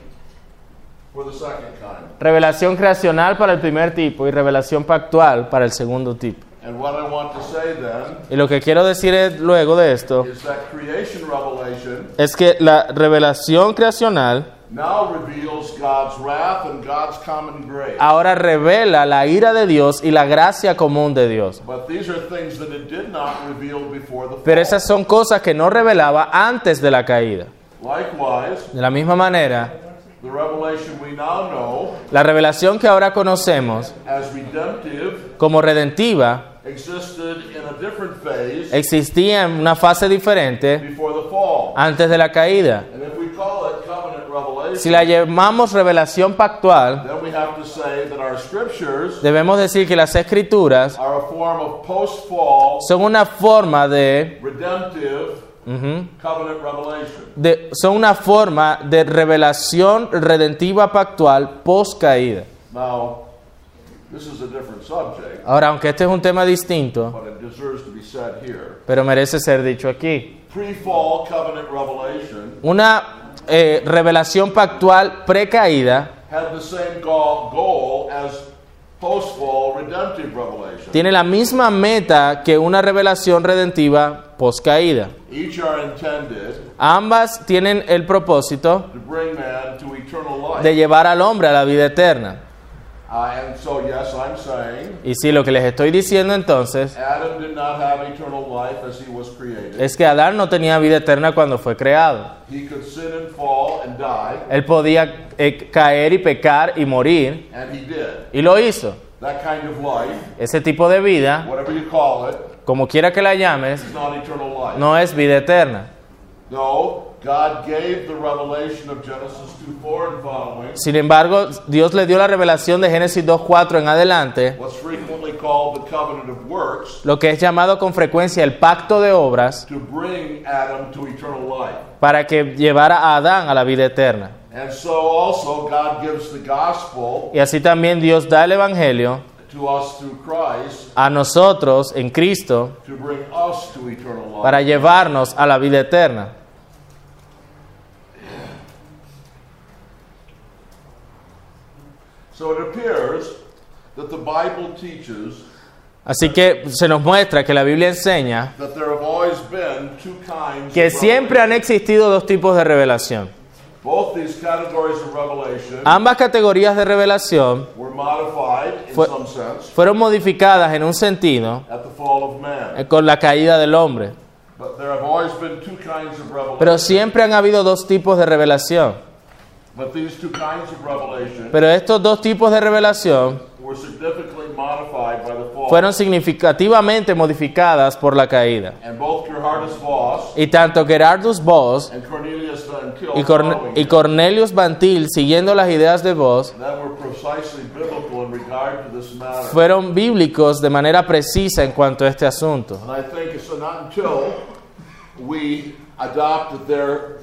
Speaker 1: for the second kind.
Speaker 2: revelación creacional para el primer tipo y revelación pactual para el segundo tipo.
Speaker 1: And what I want to say then
Speaker 2: Y lo que quiero decir es, luego de esto
Speaker 1: is that creation revelation
Speaker 2: es que la revelación creacional
Speaker 1: now reveals God's wrath and God's common grace.
Speaker 2: ahora revela la ira de Dios y la gracia común de Dios.
Speaker 1: But these are things that it did not reveal before the
Speaker 2: Pero
Speaker 1: fall.
Speaker 2: esas son cosas que no revelaba antes de la caída.
Speaker 1: Likewise,
Speaker 2: De la misma manera,
Speaker 1: the revelation we now know
Speaker 2: la revelación que ahora conocemos
Speaker 1: as redemptive
Speaker 2: como redentiva
Speaker 1: existed in a different
Speaker 2: Eh-
Speaker 1: phase
Speaker 2: existía en una fase diferente
Speaker 1: before the fall.
Speaker 2: antes de la caída.
Speaker 1: And if we call it covenant revelation,
Speaker 2: Si la llamamos revelación pactual,
Speaker 1: Then we have to say that our scriptures
Speaker 2: debemos decir que las escrituras
Speaker 1: are a form of post-fall,
Speaker 2: son una forma de,
Speaker 1: redemptive,
Speaker 2: ujú,
Speaker 1: covenant revelation.
Speaker 2: de- son una forma de revelación redentiva pactual post caída.
Speaker 1: Now, this is a different subject,
Speaker 2: Ahora, aunque este es un tema distinto,
Speaker 1: but it deserves to be said here.
Speaker 2: pero merece ser dicho aquí.
Speaker 1: Pre-fall covenant revelation
Speaker 2: Una eh, revelación pactual precaída
Speaker 1: had the same goal, goal as post-fall redemptive revelation.
Speaker 2: tiene la misma meta que una revelación redentiva post caída.
Speaker 1: Each are intended
Speaker 2: Ambas tienen el propósito
Speaker 1: to bring man to eternal
Speaker 2: de
Speaker 1: life.
Speaker 2: llevar al hombre a la vida eterna.
Speaker 1: Uh, and so, yes, I'm saying
Speaker 2: Y si lo que les estoy diciendo entonces
Speaker 1: Adam did not have eternal life as he was created.
Speaker 2: es que Adán no tenía vida eterna cuando fue creado.
Speaker 1: He could sin and fall and die,
Speaker 2: Él podía eh, caer y pecar y morir,
Speaker 1: and he did.
Speaker 2: y lo hizo.
Speaker 1: That kind of life,
Speaker 2: Ese tipo de vida,
Speaker 1: whatever you call it,
Speaker 2: como quiera que la llames,
Speaker 1: is not eternal life.
Speaker 2: no es vida eterna.
Speaker 1: No, God gave the revelation of Genesis 2 4 and following,
Speaker 2: Sin embargo, Dios le dio la revelación de Génesis 2.4 en adelante,
Speaker 1: what's frequently called the covenant of works,
Speaker 2: lo que es llamado con frecuencia el pacto de obras,
Speaker 1: to bring Adam to eternal life.
Speaker 2: para que llevara a Adán a la vida eterna.
Speaker 1: And so also, God gives the gospel
Speaker 2: Y así también Dios da el Evangelio
Speaker 1: to us through Christ
Speaker 2: a nosotros en Cristo
Speaker 1: to bring us to eternal life.
Speaker 2: para llevarnos a la vida eterna.
Speaker 1: So it appears that the Bible teaches
Speaker 2: Así que se nos muestra que la Biblia enseña
Speaker 1: that there have always been two kinds
Speaker 2: que
Speaker 1: of revelation.
Speaker 2: siempre han existido dos tipos de revelación.
Speaker 1: Both these categories of revelation
Speaker 2: Ambas categorías de revelación
Speaker 1: were modified in
Speaker 2: Fue-
Speaker 1: some sense
Speaker 2: fueron modificadas en un sentido
Speaker 1: at the fall of man.
Speaker 2: eh, con la caída del hombre,
Speaker 1: But there have always been two kinds of revelation.
Speaker 2: pero siempre han habido dos tipos de revelación.
Speaker 1: But these two kinds of revelation
Speaker 2: Pero estos dos tipos de revelación
Speaker 1: were significantly modified by the fall
Speaker 2: fueron
Speaker 1: fall,
Speaker 2: significativamente modificadas por la caída.
Speaker 1: and both Gerhardus Voss
Speaker 2: Y tanto Gerardus Voss
Speaker 1: and Cornelius Van Til
Speaker 2: y, Corne-
Speaker 1: following
Speaker 2: y
Speaker 1: him,
Speaker 2: Cornelius Bantil, siguiendo las ideas de Voss,
Speaker 1: that were precisely biblical in regard to this matter.
Speaker 2: fueron bíblicos de manera precisa en cuanto a este asunto.
Speaker 1: And I think it's not until we adopt their,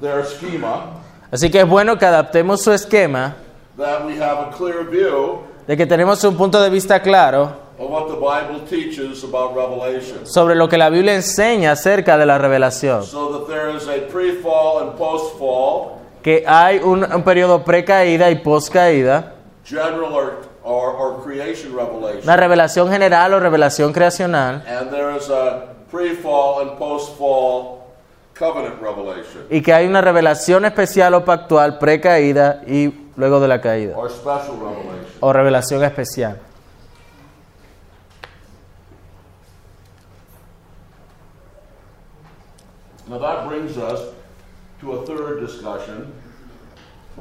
Speaker 1: their schema
Speaker 2: Así que es bueno que adaptemos su esquema,
Speaker 1: that we have a clear view
Speaker 2: de que tenemos un punto de vista claro
Speaker 1: of what the Bible teaches about revelation.
Speaker 2: sobre lo que la Biblia enseña acerca de la revelación.
Speaker 1: So that there is a pre fall and post fall,
Speaker 2: Que hay un, un periodo pre-caída y post-caída,
Speaker 1: general or, or, or creation revelation.
Speaker 2: una revelación general o revelación creacional,
Speaker 1: And there is a pre fall and post fall covenant revelation
Speaker 2: y que hay una revelación especial o pactual pre-caída y luego de la caída,
Speaker 1: or special revelation.
Speaker 2: o revelación especial.
Speaker 1: Now that brings us to a third discussion.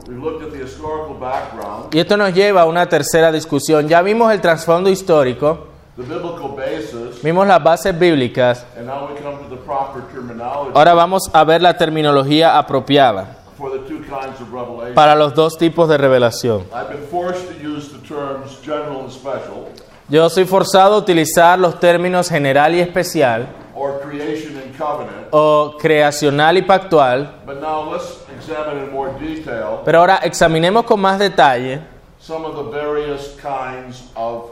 Speaker 1: We've looked at the historical background,
Speaker 2: Y esto nos lleva a una tercera discusión. Ya vimos el trasfondo histórico,
Speaker 1: the biblical basis,
Speaker 2: vimos las bases bíblicas,
Speaker 1: and now we come to the proper terminology
Speaker 2: ahora vamos a ver la terminología apropiada.
Speaker 1: for the two kinds of revelation.
Speaker 2: para los dos tipos de revelación.
Speaker 1: I've been forced to use the terms general and special,
Speaker 2: Yo soy forzado a utilizar los términos general y especial,
Speaker 1: or creation and covenant,
Speaker 2: o creacional y pactual,
Speaker 1: but now let's examine in more detail
Speaker 2: pero ahora examinemos con más detalle
Speaker 1: some of the various kinds of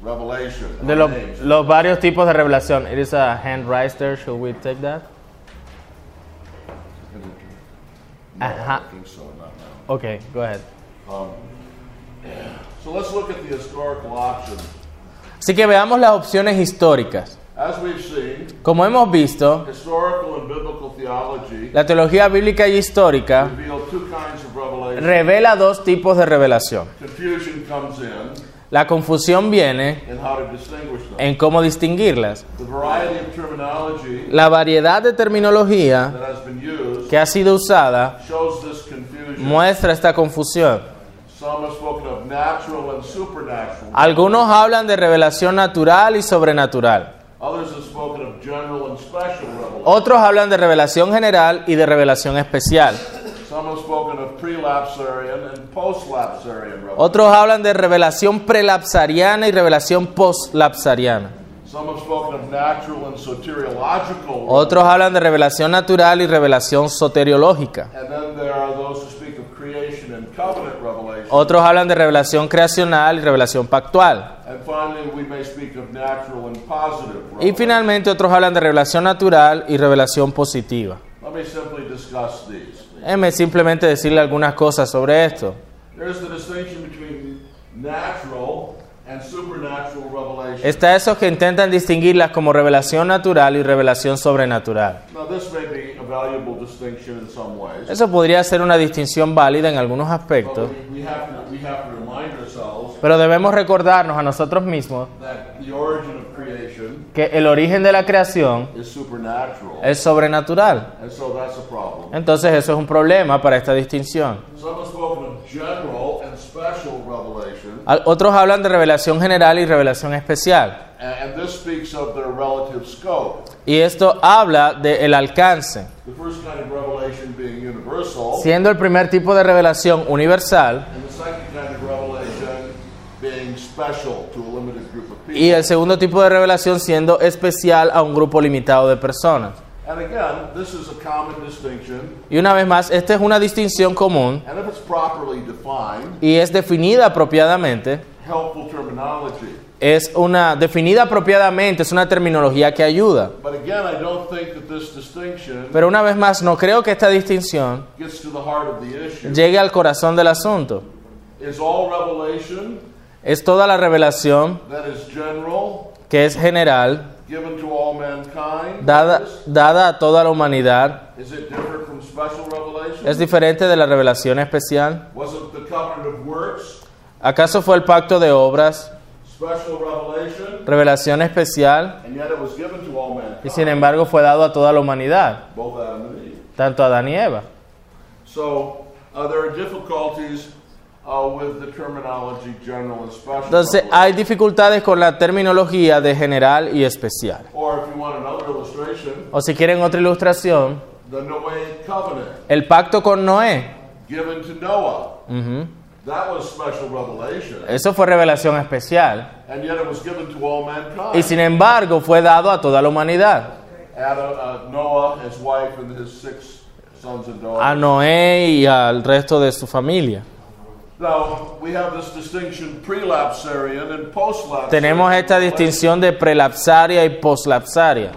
Speaker 1: revelation. or
Speaker 2: de los,
Speaker 1: names.
Speaker 2: los varios tipos de revelación. It is a hand raised there, should we take that?
Speaker 1: No, I
Speaker 2: Ajá.
Speaker 1: don't think so, not now.
Speaker 2: Okay, go ahead.
Speaker 1: So let's look at the historical options.
Speaker 2: Así que veamos las opciones históricas.
Speaker 1: As we've seen,
Speaker 2: Como hemos visto,
Speaker 1: historical and biblical theology
Speaker 2: la teología bíblica y histórica
Speaker 1: reveal two kinds of revelation.
Speaker 2: revela dos tipos de revelación.
Speaker 1: Confusion comes in
Speaker 2: La confusión viene
Speaker 1: in how to distinguish them.
Speaker 2: en cómo distinguirlas.
Speaker 1: The variety of terminology
Speaker 2: La variedad de terminología
Speaker 1: that has been used
Speaker 2: que ha sido usada
Speaker 1: shows this confusion.
Speaker 2: muestra esta confusión.
Speaker 1: Some have spoken of natural and supernatural.
Speaker 2: Algunos hablan de revelación natural y sobrenatural.
Speaker 1: Others have spoken of general and special revelation.
Speaker 2: Otros hablan de revelación general y de revelación especial.
Speaker 1: Some have spoken of prelapsarian and postlapsarian revelation.
Speaker 2: Otros hablan de revelación prelapsariana y revelación postlapsariana.
Speaker 1: Some have spoken of natural and soteriological revelation.
Speaker 2: Otros hablan de revelación natural y revelación soteriológica.
Speaker 1: And then there are those who speak of creation and covenant revelation.
Speaker 2: Otros hablan de revelación creacional y revelación pactual.
Speaker 1: And finally, we may speak of natural and positive
Speaker 2: Y
Speaker 1: revelation.
Speaker 2: finalmente otros hablan de revelación natural y revelación positiva.
Speaker 1: Let me simply discuss these.
Speaker 2: Déjeme simplemente decirle algunas cosas sobre esto.
Speaker 1: There's the distinction between natural and supernatural revelation.
Speaker 2: Está esos que intentan distinguirlas como revelación natural y revelación sobrenatural.
Speaker 1: now, this may be a valuable distinction in some ways,
Speaker 2: Eso podría ser una distinción válida en algunos
Speaker 1: but
Speaker 2: aspectos,
Speaker 1: we, we, have to, we have to remind ourselves
Speaker 2: pero debemos recordarnos a nosotros mismos
Speaker 1: that the origin of creation
Speaker 2: que el origen de la creación
Speaker 1: is supernatural,
Speaker 2: es sobrenatural.
Speaker 1: and so that's a problem.
Speaker 2: Entonces eso es un problema para esta distinción.
Speaker 1: Some have spoken of general and special revelation.
Speaker 2: Al- Otros hablan de revelación general y revelación especial.
Speaker 1: And and this speaks of their relative scope.
Speaker 2: Y esto habla del alcance.
Speaker 1: The first kind of revelation being universal,
Speaker 2: Siendo el primer tipo de revelación universal
Speaker 1: and the second kind of revelation being special to a limited group of
Speaker 2: y
Speaker 1: people.
Speaker 2: el segundo tipo de revelación siendo especial a un grupo limitado de personas.
Speaker 1: And again, this is a common distinction,
Speaker 2: Y una vez más, esta es una distinción común
Speaker 1: and if it's properly defined,
Speaker 2: y es definida apropiadamente.
Speaker 1: helpful terminology.
Speaker 2: Es una definida apropiadamente, es una terminología que ayuda.
Speaker 1: But again, I don't think that this distinction
Speaker 2: Pero una vez más, no creo que esta distinción
Speaker 1: gets to the heart of the issue.
Speaker 2: llegue al corazón del asunto.
Speaker 1: Is all revelation
Speaker 2: Es toda la revelación
Speaker 1: that is general,
Speaker 2: que es general,
Speaker 1: given to all mankind,
Speaker 2: dada, dada a toda la humanidad,
Speaker 1: is it different from special revelation?
Speaker 2: es diferente de la revelación especial.
Speaker 1: Was it the covenant of works,
Speaker 2: ¿Acaso fue el pacto de obras,
Speaker 1: special revelation,
Speaker 2: revelación especial,
Speaker 1: and yet it was given to all
Speaker 2: y sin
Speaker 1: mankind,
Speaker 2: embargo fue dado a toda la humanidad,
Speaker 1: both Adam and Eve?
Speaker 2: tanto a Adán y Eva?
Speaker 1: So uh, there are difficulties uh, with the terminology general and special.
Speaker 2: Entonces hay dificultades con la terminología de general y especial.
Speaker 1: Or if you want another illustration,
Speaker 2: O si quieren otra ilustración,
Speaker 1: the Noahic covenant
Speaker 2: el pacto con Noé.
Speaker 1: given to Noah.
Speaker 2: Ujú.
Speaker 1: That was special revelation,
Speaker 2: Eso fue revelación especial.
Speaker 1: and yet it was given to all mankind.
Speaker 2: Y sin embargo fue dado a toda la humanidad.
Speaker 1: Adam, uh, Noah, his wife, and his six sons and
Speaker 2: A
Speaker 1: daughters.
Speaker 2: Noé y al resto de su familia.
Speaker 1: Now, we have this distinction prelapsarian and postlapsarian.
Speaker 2: Tenemos esta distinción de prelapsaria y poslapsaria.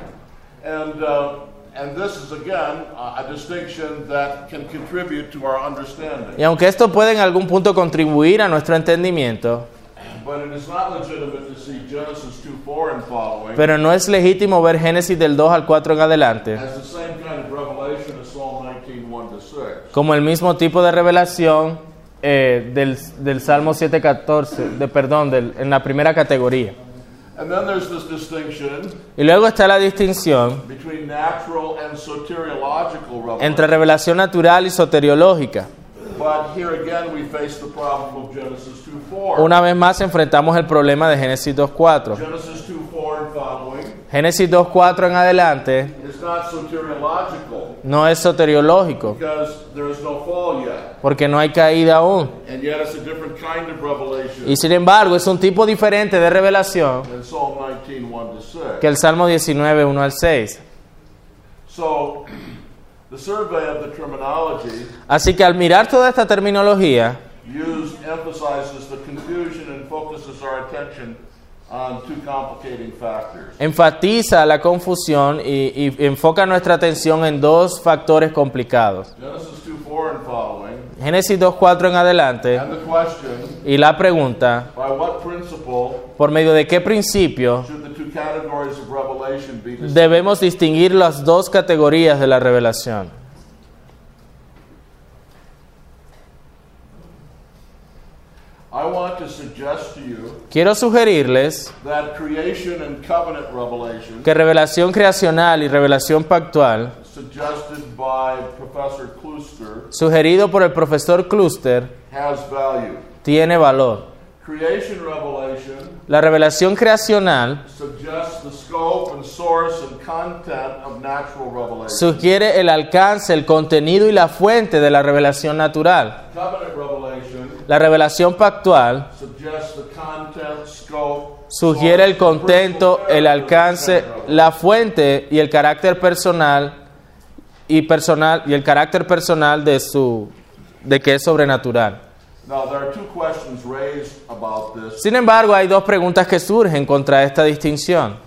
Speaker 1: And, uh, and this is, again, a, a distinction that can contribute to our understanding.
Speaker 2: Y aunque esto puede en algún punto contribuir a nuestro entendimiento,
Speaker 1: But it is not legitimate to see Genesis 2 4 and following
Speaker 2: pero no es legítimo ver Génesis del 2 al 4 en adelante
Speaker 1: as the same kind of revelation as Psalm 19 1 to 6.
Speaker 2: como el mismo tipo de revelación eh, del, del Salmo 7.14, de, perdón, del- en la primera categoría.
Speaker 1: And then there's this distinction
Speaker 2: Y luego está la distinción
Speaker 1: between natural and soteriological revelation.
Speaker 2: entre revelación natural y soteriológica.
Speaker 1: But here again, we face the problem of Genesis 2 4.
Speaker 2: Una vez más enfrentamos el problema de Génesis 2.4.
Speaker 1: Genesis 2 4 and following
Speaker 2: Génesis 2.4 en adelante
Speaker 1: is not soteriological
Speaker 2: no es soteriológico,
Speaker 1: because there is no fall yet.
Speaker 2: porque no hay caída aún.
Speaker 1: And yet, it's a different kind of revelation
Speaker 2: Y sin embargo es un tipo diferente de revelación
Speaker 1: than Psalm 19 1 to 6.
Speaker 2: que el Salmo 19, 1 al 6.
Speaker 1: So, the survey of the terminology
Speaker 2: Así que al mirar toda esta terminología,
Speaker 1: used emphasizes the confusion and focuses our attention on two complicating factors.
Speaker 2: enfatiza la confusión y, y enfoca nuestra atención en dos factores complicados.
Speaker 1: Genesis 2 4 and following,
Speaker 2: Génesis 2.4 en adelante
Speaker 1: and the question
Speaker 2: y la pregunta,
Speaker 1: by what principle
Speaker 2: por medio de qué principio
Speaker 1: should the two categories of revelation be distinguished?
Speaker 2: debemos distinguir las dos categorías de la revelación.
Speaker 1: I want to suggest to you
Speaker 2: Quiero sugerirles
Speaker 1: that creation and covenant revelation,
Speaker 2: que revelación creacional y revelación pactual,
Speaker 1: suggested by Professor Kluster,
Speaker 2: sugerido por el profesor Cluster,
Speaker 1: has value.
Speaker 2: tiene valor.
Speaker 1: Creation revelation
Speaker 2: La revelación creacional
Speaker 1: suggests the scope and source and content of natural revelation.
Speaker 2: sugiere el alcance, el contenido y la fuente de la revelación natural.
Speaker 1: Covenant revelation
Speaker 2: La revelación pactual
Speaker 1: suggests the content, scope,
Speaker 2: sugiere el
Speaker 1: source, and principal
Speaker 2: contento, el
Speaker 1: character of the
Speaker 2: alcance,
Speaker 1: covenant revelation.
Speaker 2: la fuente y el carácter personal y personal y el carácter personal de su de que es sobrenatural.
Speaker 1: Now, there are two questions raised about this.
Speaker 2: Sin embargo, hay dos preguntas que surgen contra esta distinción.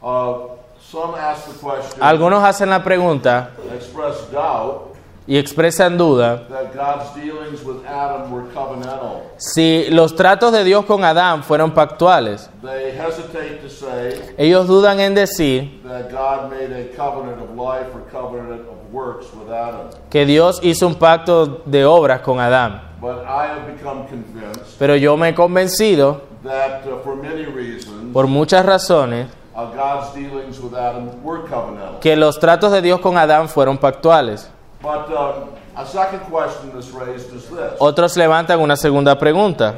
Speaker 1: Uh, some ask the question,
Speaker 2: Algunos hacen la pregunta
Speaker 1: express doubt
Speaker 2: y expresan duda
Speaker 1: that God's dealings with Adam were covenantal.
Speaker 2: si los tratos de Dios con Adán fueron pactuales.
Speaker 1: They hesitate to say
Speaker 2: Ellos dudan en decir
Speaker 1: that God made a covenant of life or covenant of works with Adam.
Speaker 2: que Dios hizo un pacto de obras con Adán.
Speaker 1: But I have become convinced
Speaker 2: Pero yo me he convencido,
Speaker 1: that uh, for many reasons,
Speaker 2: por muchas razones,
Speaker 1: uh, God's dealings with Adam were covenantal.
Speaker 2: que los tratos de Dios con Adán fueron pactuales.
Speaker 1: But um, a second question that's raised is this
Speaker 2: Otros levantan una segunda pregunta.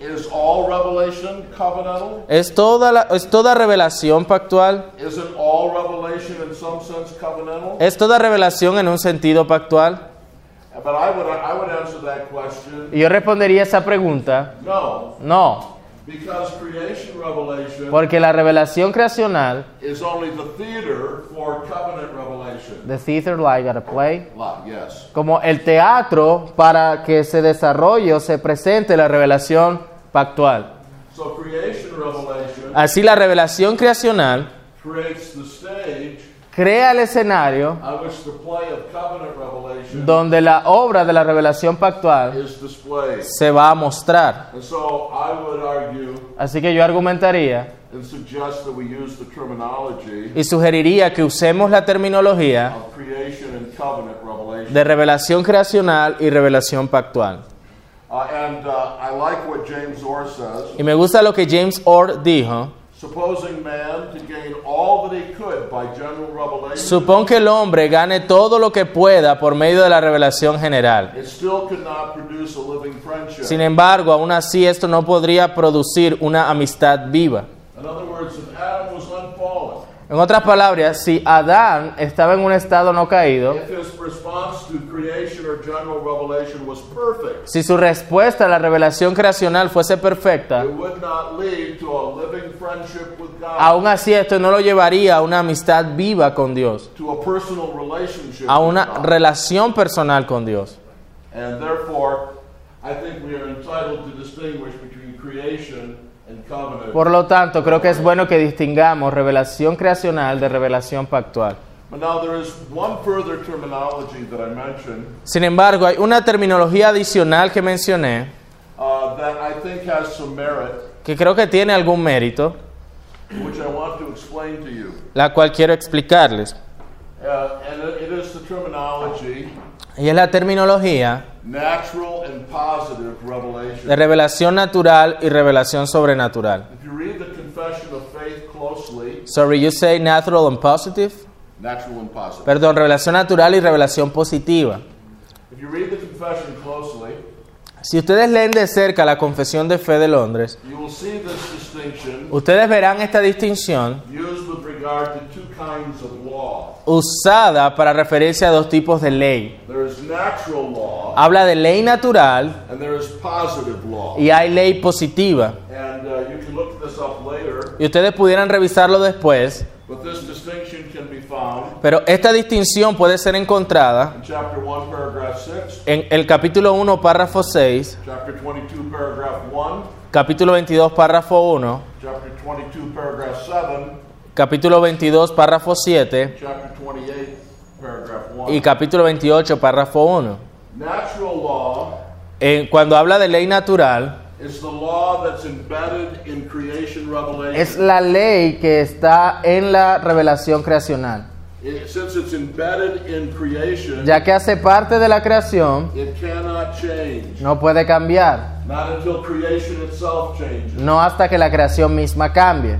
Speaker 1: Is all revelation covenantal?
Speaker 2: ¿Es toda, la- ¿Es toda revelación pactual?
Speaker 1: Isn't all revelation in some sense covenantal?
Speaker 2: ¿Es toda revelación en un sentido pactual?
Speaker 1: But I would, I would answer that question
Speaker 2: Y yo respondería esa pregunta,
Speaker 1: no,
Speaker 2: no,
Speaker 1: because creation revelation
Speaker 2: porque la revelación creacional,
Speaker 1: is only the theater for covenant revelation.
Speaker 2: the theater like at a play,
Speaker 1: Lot, yes.
Speaker 2: como el teatro para que se desarrolle o se presente la revelación pactual.
Speaker 1: So creation revelation
Speaker 2: Así la revelación creacional
Speaker 1: creates the stage
Speaker 2: crea el escenario
Speaker 1: on which the play of covenant revelation
Speaker 2: donde la obra de la revelación pactual
Speaker 1: is displayed.
Speaker 2: se va a mostrar.
Speaker 1: And so I would argue
Speaker 2: Así que yo argumentaría
Speaker 1: and suggest that we use the terminology
Speaker 2: y sugeriría que usemos la terminología
Speaker 1: of creation and covenant revelation.
Speaker 2: de revelación creacional y revelación pactual.
Speaker 1: Uh, and uh, I like what James Orr says.
Speaker 2: Y me gusta lo que James Orr dijo.
Speaker 1: supposing man to gain all that he could by general revelation,
Speaker 2: Supón que el hombre gane todo lo que pueda por medio de la revelación general.
Speaker 1: it still could not produce a living friendship.
Speaker 2: Sin embargo, aún así esto no podría producir una amistad viva.
Speaker 1: In other words, if Adam was unfallen,
Speaker 2: En otras palabras, si Adán estaba en un estado no caído,
Speaker 1: if his response to creation or general revelation was perfect,
Speaker 2: si su respuesta a la revelación creacional fuese perfecta,
Speaker 1: it would not lead to a living friendship with God,
Speaker 2: aún así esto no lo llevaría a una amistad viva con Dios,
Speaker 1: to a personal relationship
Speaker 2: a
Speaker 1: with
Speaker 2: una
Speaker 1: God.
Speaker 2: relación personal con Dios.
Speaker 1: And therefore, I think we are entitled to distinguish between creation and covenant.
Speaker 2: Por lo tanto, creo que es bueno que distingamos revelación creacional de revelación pactual.
Speaker 1: But now there is one further terminology that I mentioned
Speaker 2: Sin embargo, hay una terminología adicional que mencioné
Speaker 1: uh, that I think has some merit,
Speaker 2: que creo que tiene algún mérito,
Speaker 1: which I want to explain to you.
Speaker 2: la cual quiero explicarles.
Speaker 1: Uh, and it- it is the terminology
Speaker 2: Y es la terminología
Speaker 1: natural and positive revelation.
Speaker 2: de revelación natural y revelación sobrenatural.
Speaker 1: If you read the Confession of Faith closely,
Speaker 2: Sorry, you say natural and positive.
Speaker 1: natural and positive.
Speaker 2: Perdón, revelación natural y revelación positiva.
Speaker 1: If you read the Confession closely,
Speaker 2: Si ustedes leen de cerca la Confesión de Fe de Londres,
Speaker 1: you will see this distinction
Speaker 2: ustedes verán esta distinción
Speaker 1: used with regard to two kinds of law.
Speaker 2: usada para referirse a dos tipos de ley.
Speaker 1: There is natural law
Speaker 2: Habla de ley natural
Speaker 1: and there is positive law.
Speaker 2: y hay ley positiva.
Speaker 1: And uh, you can look this up later,
Speaker 2: Y ustedes pudieran revisarlo después,
Speaker 1: but this distinction can be found
Speaker 2: pero esta distinción puede ser encontrada
Speaker 1: in chapter 1, paragraph 6,
Speaker 2: en el capítulo 1, párrafo 6,
Speaker 1: chapter 22, paragraph 1,
Speaker 2: capítulo 22, párrafo 1,
Speaker 1: chapter 22, paragraph 7,
Speaker 2: capítulo 22, párrafo 7
Speaker 1: chapter 28, paragraph
Speaker 2: y
Speaker 1: 1.
Speaker 2: capítulo 28, párrafo 1.
Speaker 1: Natural law
Speaker 2: Eh, cuando habla de ley natural,
Speaker 1: is the law that's embedded in creation
Speaker 2: es
Speaker 1: revelation.
Speaker 2: la ley que está en la revelación creacional.
Speaker 1: It- since it's embedded in creation,
Speaker 2: Ya que hace parte de la creación,
Speaker 1: it cannot change,
Speaker 2: no puede cambiar,
Speaker 1: not until creation itself changes.
Speaker 2: no hasta que la creación misma cambie.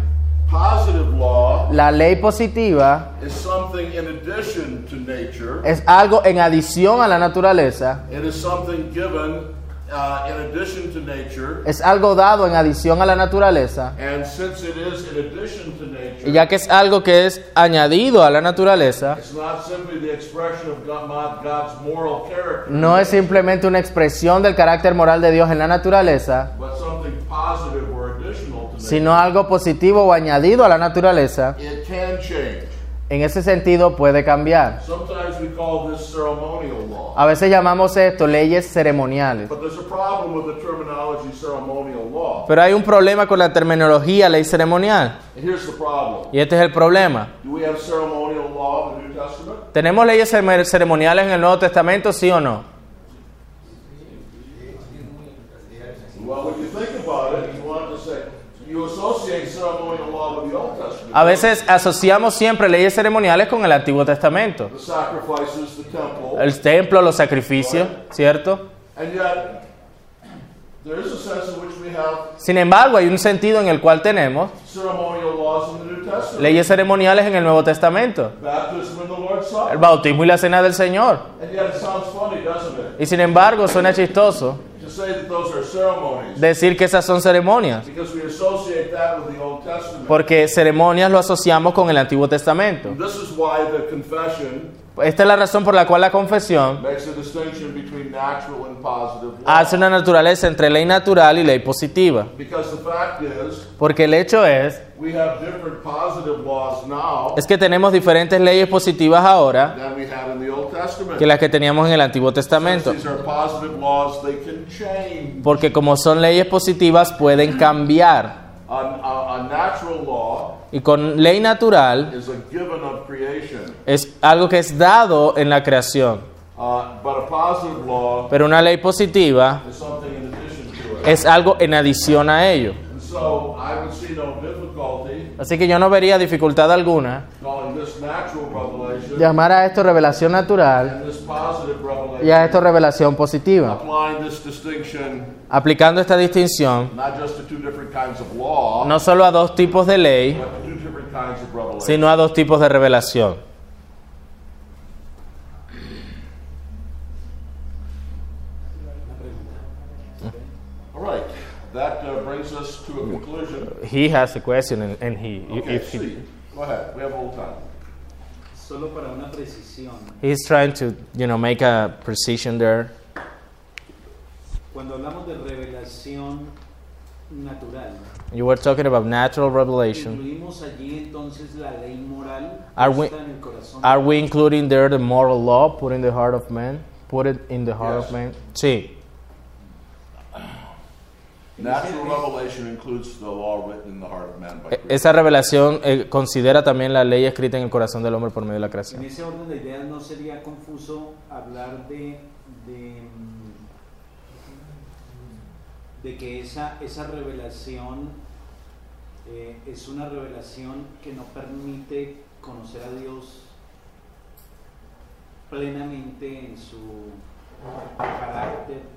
Speaker 1: Positive law
Speaker 2: La ley positiva
Speaker 1: is something in addition to nature.
Speaker 2: es algo en adición a la naturaleza,
Speaker 1: It is something given uh, in addition to nature.
Speaker 2: es algo dado en adición a la naturaleza.
Speaker 1: And since it is in addition to nature,
Speaker 2: Y ya que es algo que es añadido a la naturaleza,
Speaker 1: it's not simply the expression of God, God's moral character,
Speaker 2: no es simplemente una expresión del carácter moral de Dios en la naturaleza,
Speaker 1: but something positive or additional to nature.
Speaker 2: sino algo positivo o añadido a la naturaleza.
Speaker 1: It can change.
Speaker 2: En ese sentido puede cambiar.
Speaker 1: Sometimes we call this ceremonial law.
Speaker 2: A veces llamamos esto leyes ceremoniales.
Speaker 1: But there's a problem with the terminology ceremonial law.
Speaker 2: Pero hay un problema con la terminología ley ceremonial.
Speaker 1: And here's the problem.
Speaker 2: Y este es el problema.
Speaker 1: Do we have ceremonial law in the New Testament?
Speaker 2: ¿Tenemos leyes cere- ceremoniales en el Nuevo Testamento, sí o no?
Speaker 1: Well, when you think about it, you want to say, you associate ceremonial law with the Old Testament.
Speaker 2: A veces asociamos siempre leyes ceremoniales con el Antiguo Testamento.
Speaker 1: The sacrifices, the temple.
Speaker 2: El templo, los sacrificios, ¿cierto?
Speaker 1: And yet, there is a sense in which we have
Speaker 2: Sin embargo, hay un sentido en el cual tenemos
Speaker 1: ceremonial laws in the New Testament.
Speaker 2: leyes ceremoniales en el Nuevo Testamento.
Speaker 1: Baptism and the Lord's
Speaker 2: El
Speaker 1: Supper.
Speaker 2: bautismo y la cena del Señor.
Speaker 1: And yet, it sounds funny, doesn't it,
Speaker 2: Y sin embargo, suena chistoso
Speaker 1: to say that those are ceremonies.
Speaker 2: decir que esas son ceremonias.
Speaker 1: Because we associate that with the Old Testament.
Speaker 2: Porque ceremonias lo asociamos con el Antiguo Testamento.
Speaker 1: this is why the confession
Speaker 2: Esta es la razón por la cual la confesión
Speaker 1: makes a distinction between natural and positive law.
Speaker 2: hace una naturaleza entre ley natural y ley positiva.
Speaker 1: Because the fact is,
Speaker 2: Porque el hecho es,
Speaker 1: we have different positive laws now
Speaker 2: es que tenemos diferentes leyes positivas ahora
Speaker 1: than we had in the Old Testament.
Speaker 2: que las que teníamos en el Antiguo
Speaker 1: Since
Speaker 2: Testamento.
Speaker 1: these are positive laws, they can change.
Speaker 2: Porque como son leyes positivas pueden cambiar.
Speaker 1: A, a- a natural law
Speaker 2: Y con ley natural
Speaker 1: is a given of creation,
Speaker 2: es algo que es dado en la creación.
Speaker 1: uh, but a positive law
Speaker 2: Pero una ley positiva
Speaker 1: is something in addition to it.
Speaker 2: es algo en adición a ello.
Speaker 1: And so I would see no difficulty
Speaker 2: Así que yo no vería dificultad alguna
Speaker 1: calling this natural revelation
Speaker 2: llamar a esto revelación natural
Speaker 1: and this positive
Speaker 2: ya esto es revelación positiva.
Speaker 1: Applying this distinction
Speaker 2: Aplicando esta distinción
Speaker 1: not just to two different kinds of law,
Speaker 2: no solo a dos tipos de ley,
Speaker 1: but to two different kinds of revelation.
Speaker 2: sino a dos tipos de revelación.
Speaker 1: All right, that uh, brings us to a conclusion.
Speaker 2: He has a question and, and he,
Speaker 1: Okay,
Speaker 2: if he-
Speaker 1: see, go ahead. We have all time.
Speaker 3: Solo para una precisión,
Speaker 2: he's trying to, you know, make a precision there.
Speaker 3: cuando hablamos de revelación natural,
Speaker 2: You were talking about natural revelation.
Speaker 3: incluimos allí entonces la ley moral
Speaker 2: Are we-
Speaker 3: puesta en el corazón.
Speaker 2: Are we including there the moral law put in the heart of man? Put it in the heart
Speaker 1: Yes.
Speaker 2: of man? Sí.
Speaker 1: Natural revelation includes the law written in the heart of man by
Speaker 2: E-
Speaker 1: creation.
Speaker 2: Esa revelación eh, considera también la ley escrita en el corazón del hombre por medio de la
Speaker 3: en
Speaker 2: creación.
Speaker 3: ese orden de ideas no sería confuso hablar de de, mm, de que esa esa revelación eh, es una revelación que no permite conocer a Dios plenamente en su carácter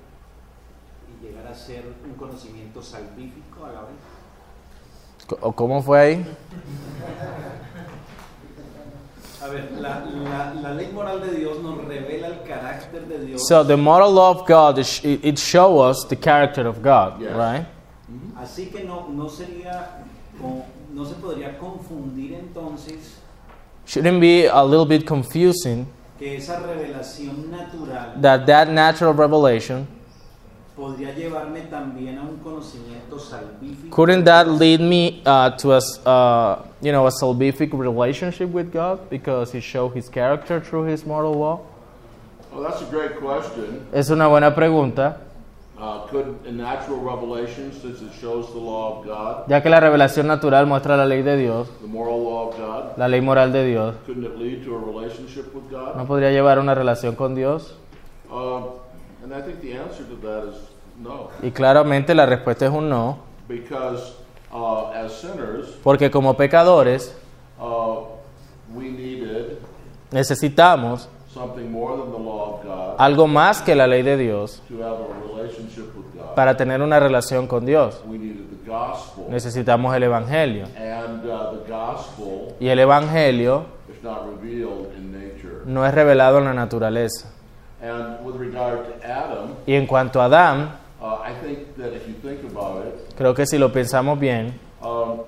Speaker 3: y llegar a ser un conocimiento salvífico a la vez.
Speaker 2: C- o ¿Cómo fue ahí?
Speaker 3: A ver, la, la- la ley moral de Dios nos revela el carácter de Dios.
Speaker 2: So the moral law of God, it sh- it it show us the character of God,
Speaker 1: Yes.
Speaker 2: right?
Speaker 3: Así que no, no sería, o no se podría confundir entonces
Speaker 2: Shouldn't be a little bit confusing
Speaker 3: que esa revelación natural
Speaker 2: that that natural revelation
Speaker 3: podría llevarme también a un conocimiento salvífico.
Speaker 2: couldn't that lead me uh, to a s- uh, you know a salvific relationship with God because He showed His character through His moral law?
Speaker 1: Well, that's a great question.
Speaker 2: Es una buena pregunta,
Speaker 1: Uh, could a natural revelation, since it shows the law of God,
Speaker 2: ya que la revelación natural muestra la ley de Dios,
Speaker 1: the moral law of God,
Speaker 2: la ley moral de Dios.
Speaker 1: couldn't it lead to a relationship with God?
Speaker 2: ¿No podría llevar una relación con Dios?
Speaker 1: Uh, and I think the answer to that is no,
Speaker 2: Y claramente la respuesta es un no,
Speaker 1: because uh, as sinners,
Speaker 2: porque como pecadores
Speaker 1: uh, we needed
Speaker 2: necesitamos
Speaker 1: something more than the law of God
Speaker 2: algo más que la ley de Dios
Speaker 1: to have a relationship with God.
Speaker 2: para tener una relación con Dios.
Speaker 1: We needed the gospel,
Speaker 2: Necesitamos el Evangelio.
Speaker 1: and uh, the gospel
Speaker 2: Y el Evangelio
Speaker 1: is not revealed in nature.
Speaker 2: no es revelado en la naturaleza.
Speaker 1: And with regard to Adam,
Speaker 2: Y en cuanto a Adán,
Speaker 1: uh, I think that if you think about it,
Speaker 2: creo que si lo pensamos bien,
Speaker 1: um,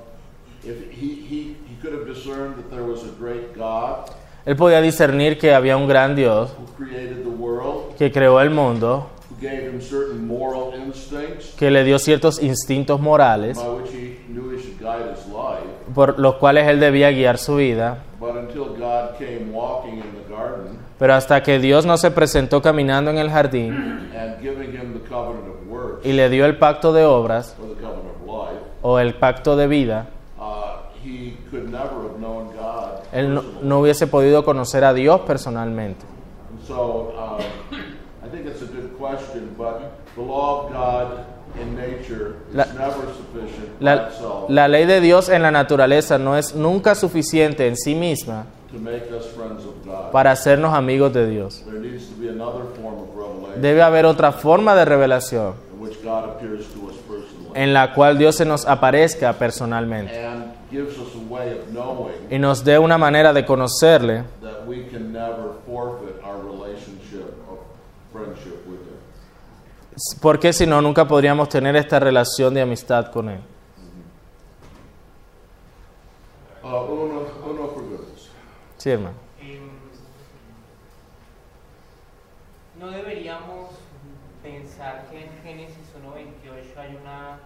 Speaker 1: if he, he, he could have discerned that there was a great God
Speaker 2: él podía discernir que había un gran Dios
Speaker 1: who created the world,
Speaker 2: que creó el mundo,
Speaker 1: who gave him certain moral instincts
Speaker 2: que le dio ciertos instintos morales
Speaker 1: by which he knew he should guide his life.
Speaker 2: por los cuales él debía guiar su vida.
Speaker 1: But until God came walking in the garden
Speaker 2: Pero hasta que Dios no se presentó caminando en el jardín
Speaker 1: and giving him the covenant of works
Speaker 2: y le dio el pacto de obras
Speaker 1: or the covenant of life,
Speaker 2: o el pacto de vida,
Speaker 1: uh, he could never have known God.
Speaker 2: él no,
Speaker 1: personally.
Speaker 2: no hubiese podido conocer a Dios personalmente.
Speaker 1: And so um, I think it's a good question, but the law of God in nature is
Speaker 2: La-
Speaker 1: never sufficient by
Speaker 2: La,
Speaker 1: itself
Speaker 2: la ley de Dios en la naturaleza no es nunca suficiente en sí misma
Speaker 1: to make us friends of God.
Speaker 2: para hacernos amigos de Dios.
Speaker 1: There needs to be another form of revelation
Speaker 2: Debe haber otra forma de revelación
Speaker 1: in which God appears to us personally
Speaker 2: en la cual Dios se nos aparezca personalmente
Speaker 1: and gives us a way of knowing
Speaker 2: y nos dé una manera de conocerle
Speaker 1: that we can never forfeit our relationship of friendship with Him.
Speaker 2: porque si no nunca podríamos tener esta relación de amistad con Él.
Speaker 1: Uh, uno, uno for goodness.
Speaker 2: Sí, hermano.
Speaker 4: em, no deberíamos pensar que en Génesis 1.28 hay una,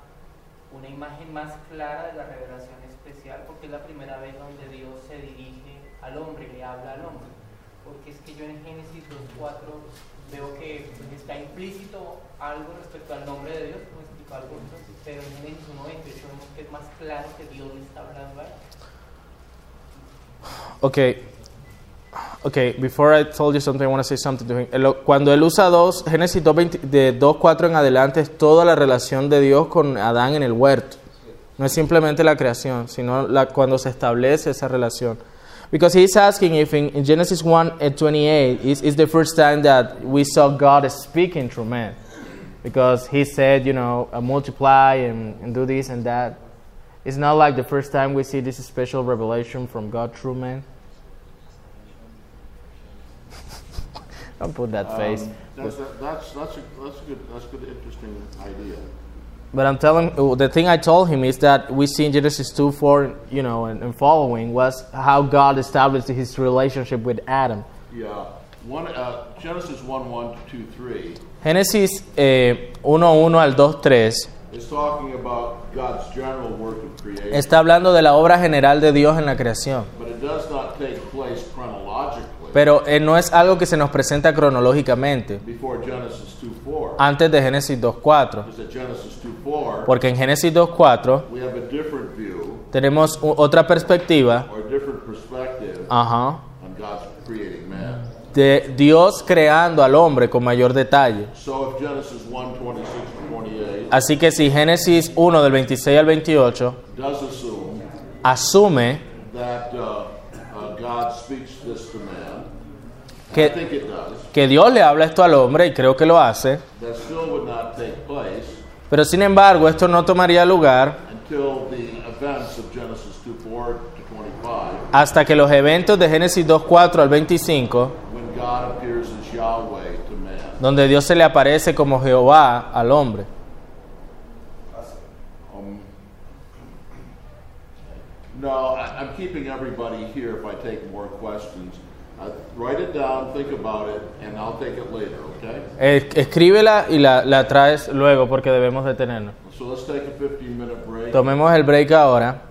Speaker 4: una imagen más clara de la revelación especial, porque es la primera vez donde Dios se dirige al hombre, le habla al hombre. Porque es que yo en Génesis 2.4 veo que pues, está implícito algo respecto al nombre de Dios, como explicó algo, pero en Génesis 1.28 vemos que es más claro que Dios le está hablando a él.
Speaker 2: Ok. Ok, before I told you something, I want to say something to him. Eh, lo- Cuando él usa dos, Génesis 2, 20 de 2.4 en adelante, es toda la relación de Dios con Adán en el huerto. No es simplemente la creación, sino la, cuando se establece esa relación. Because he's asking if in, in Genesis 1 and 28 is, is the first time that we saw God speaking through man. Because he said, you know, uh, multiply and, and do this and that. It's not like the first time we see this special revelation from God through man. Don't put that face.
Speaker 1: Um, That's, that's, that's, a, that's a good, that's a good, interesting idea.
Speaker 2: But I'm telling oh, the thing I told him is that we see in Genesis 2 4, you know, and, and following was how God established his relationship with Adam.
Speaker 1: Yeah, one, uh, Genesis one, one, two, three
Speaker 2: Génesis eh, 1 1 al 2 3
Speaker 1: is talking about God's general work of creation,
Speaker 2: está hablando de la obra general de Dios en la creación.
Speaker 1: but it does not take place chronologically
Speaker 2: Pero eh, no es algo que se nos presenta cronológicamente
Speaker 1: before Genesis two, four.
Speaker 2: antes de Génesis 2 4.
Speaker 1: Because at Genesis two, four,
Speaker 2: Porque en Génesis 2 4
Speaker 1: we have a different view
Speaker 2: tenemos u- otra perspectiva
Speaker 1: or a different perspective
Speaker 2: ajá,
Speaker 1: on God's creating man.
Speaker 2: de Dios creando al hombre con mayor detalle.
Speaker 1: So if Genesis 1, 26 to 28
Speaker 2: Así que si Génesis 1 del 26 al 28
Speaker 1: does assume
Speaker 2: asume
Speaker 1: that uh, uh, God speaks this to man, I
Speaker 2: que,
Speaker 1: think it does,
Speaker 2: que Dios le habla esto al hombre y creo que lo hace,
Speaker 1: that still would not take place
Speaker 2: pero sin embargo esto no tomaría lugar
Speaker 1: until the events of Genesis 2, 4 to 25,
Speaker 2: hasta que los eventos de Génesis 2.4 al 25,
Speaker 1: when God appears as Yahweh to man.
Speaker 2: donde Dios se le aparece como Jehová al hombre.
Speaker 1: Um, no, I, I'm keeping everybody here if I take more questions. Uh, write it down, think about it, and I'll take it later, okay?
Speaker 2: Eh, Escríbela y la, la traes luego porque debemos detenernos.
Speaker 1: So let's take a 15 minute break.
Speaker 2: Tomemos el break ahora.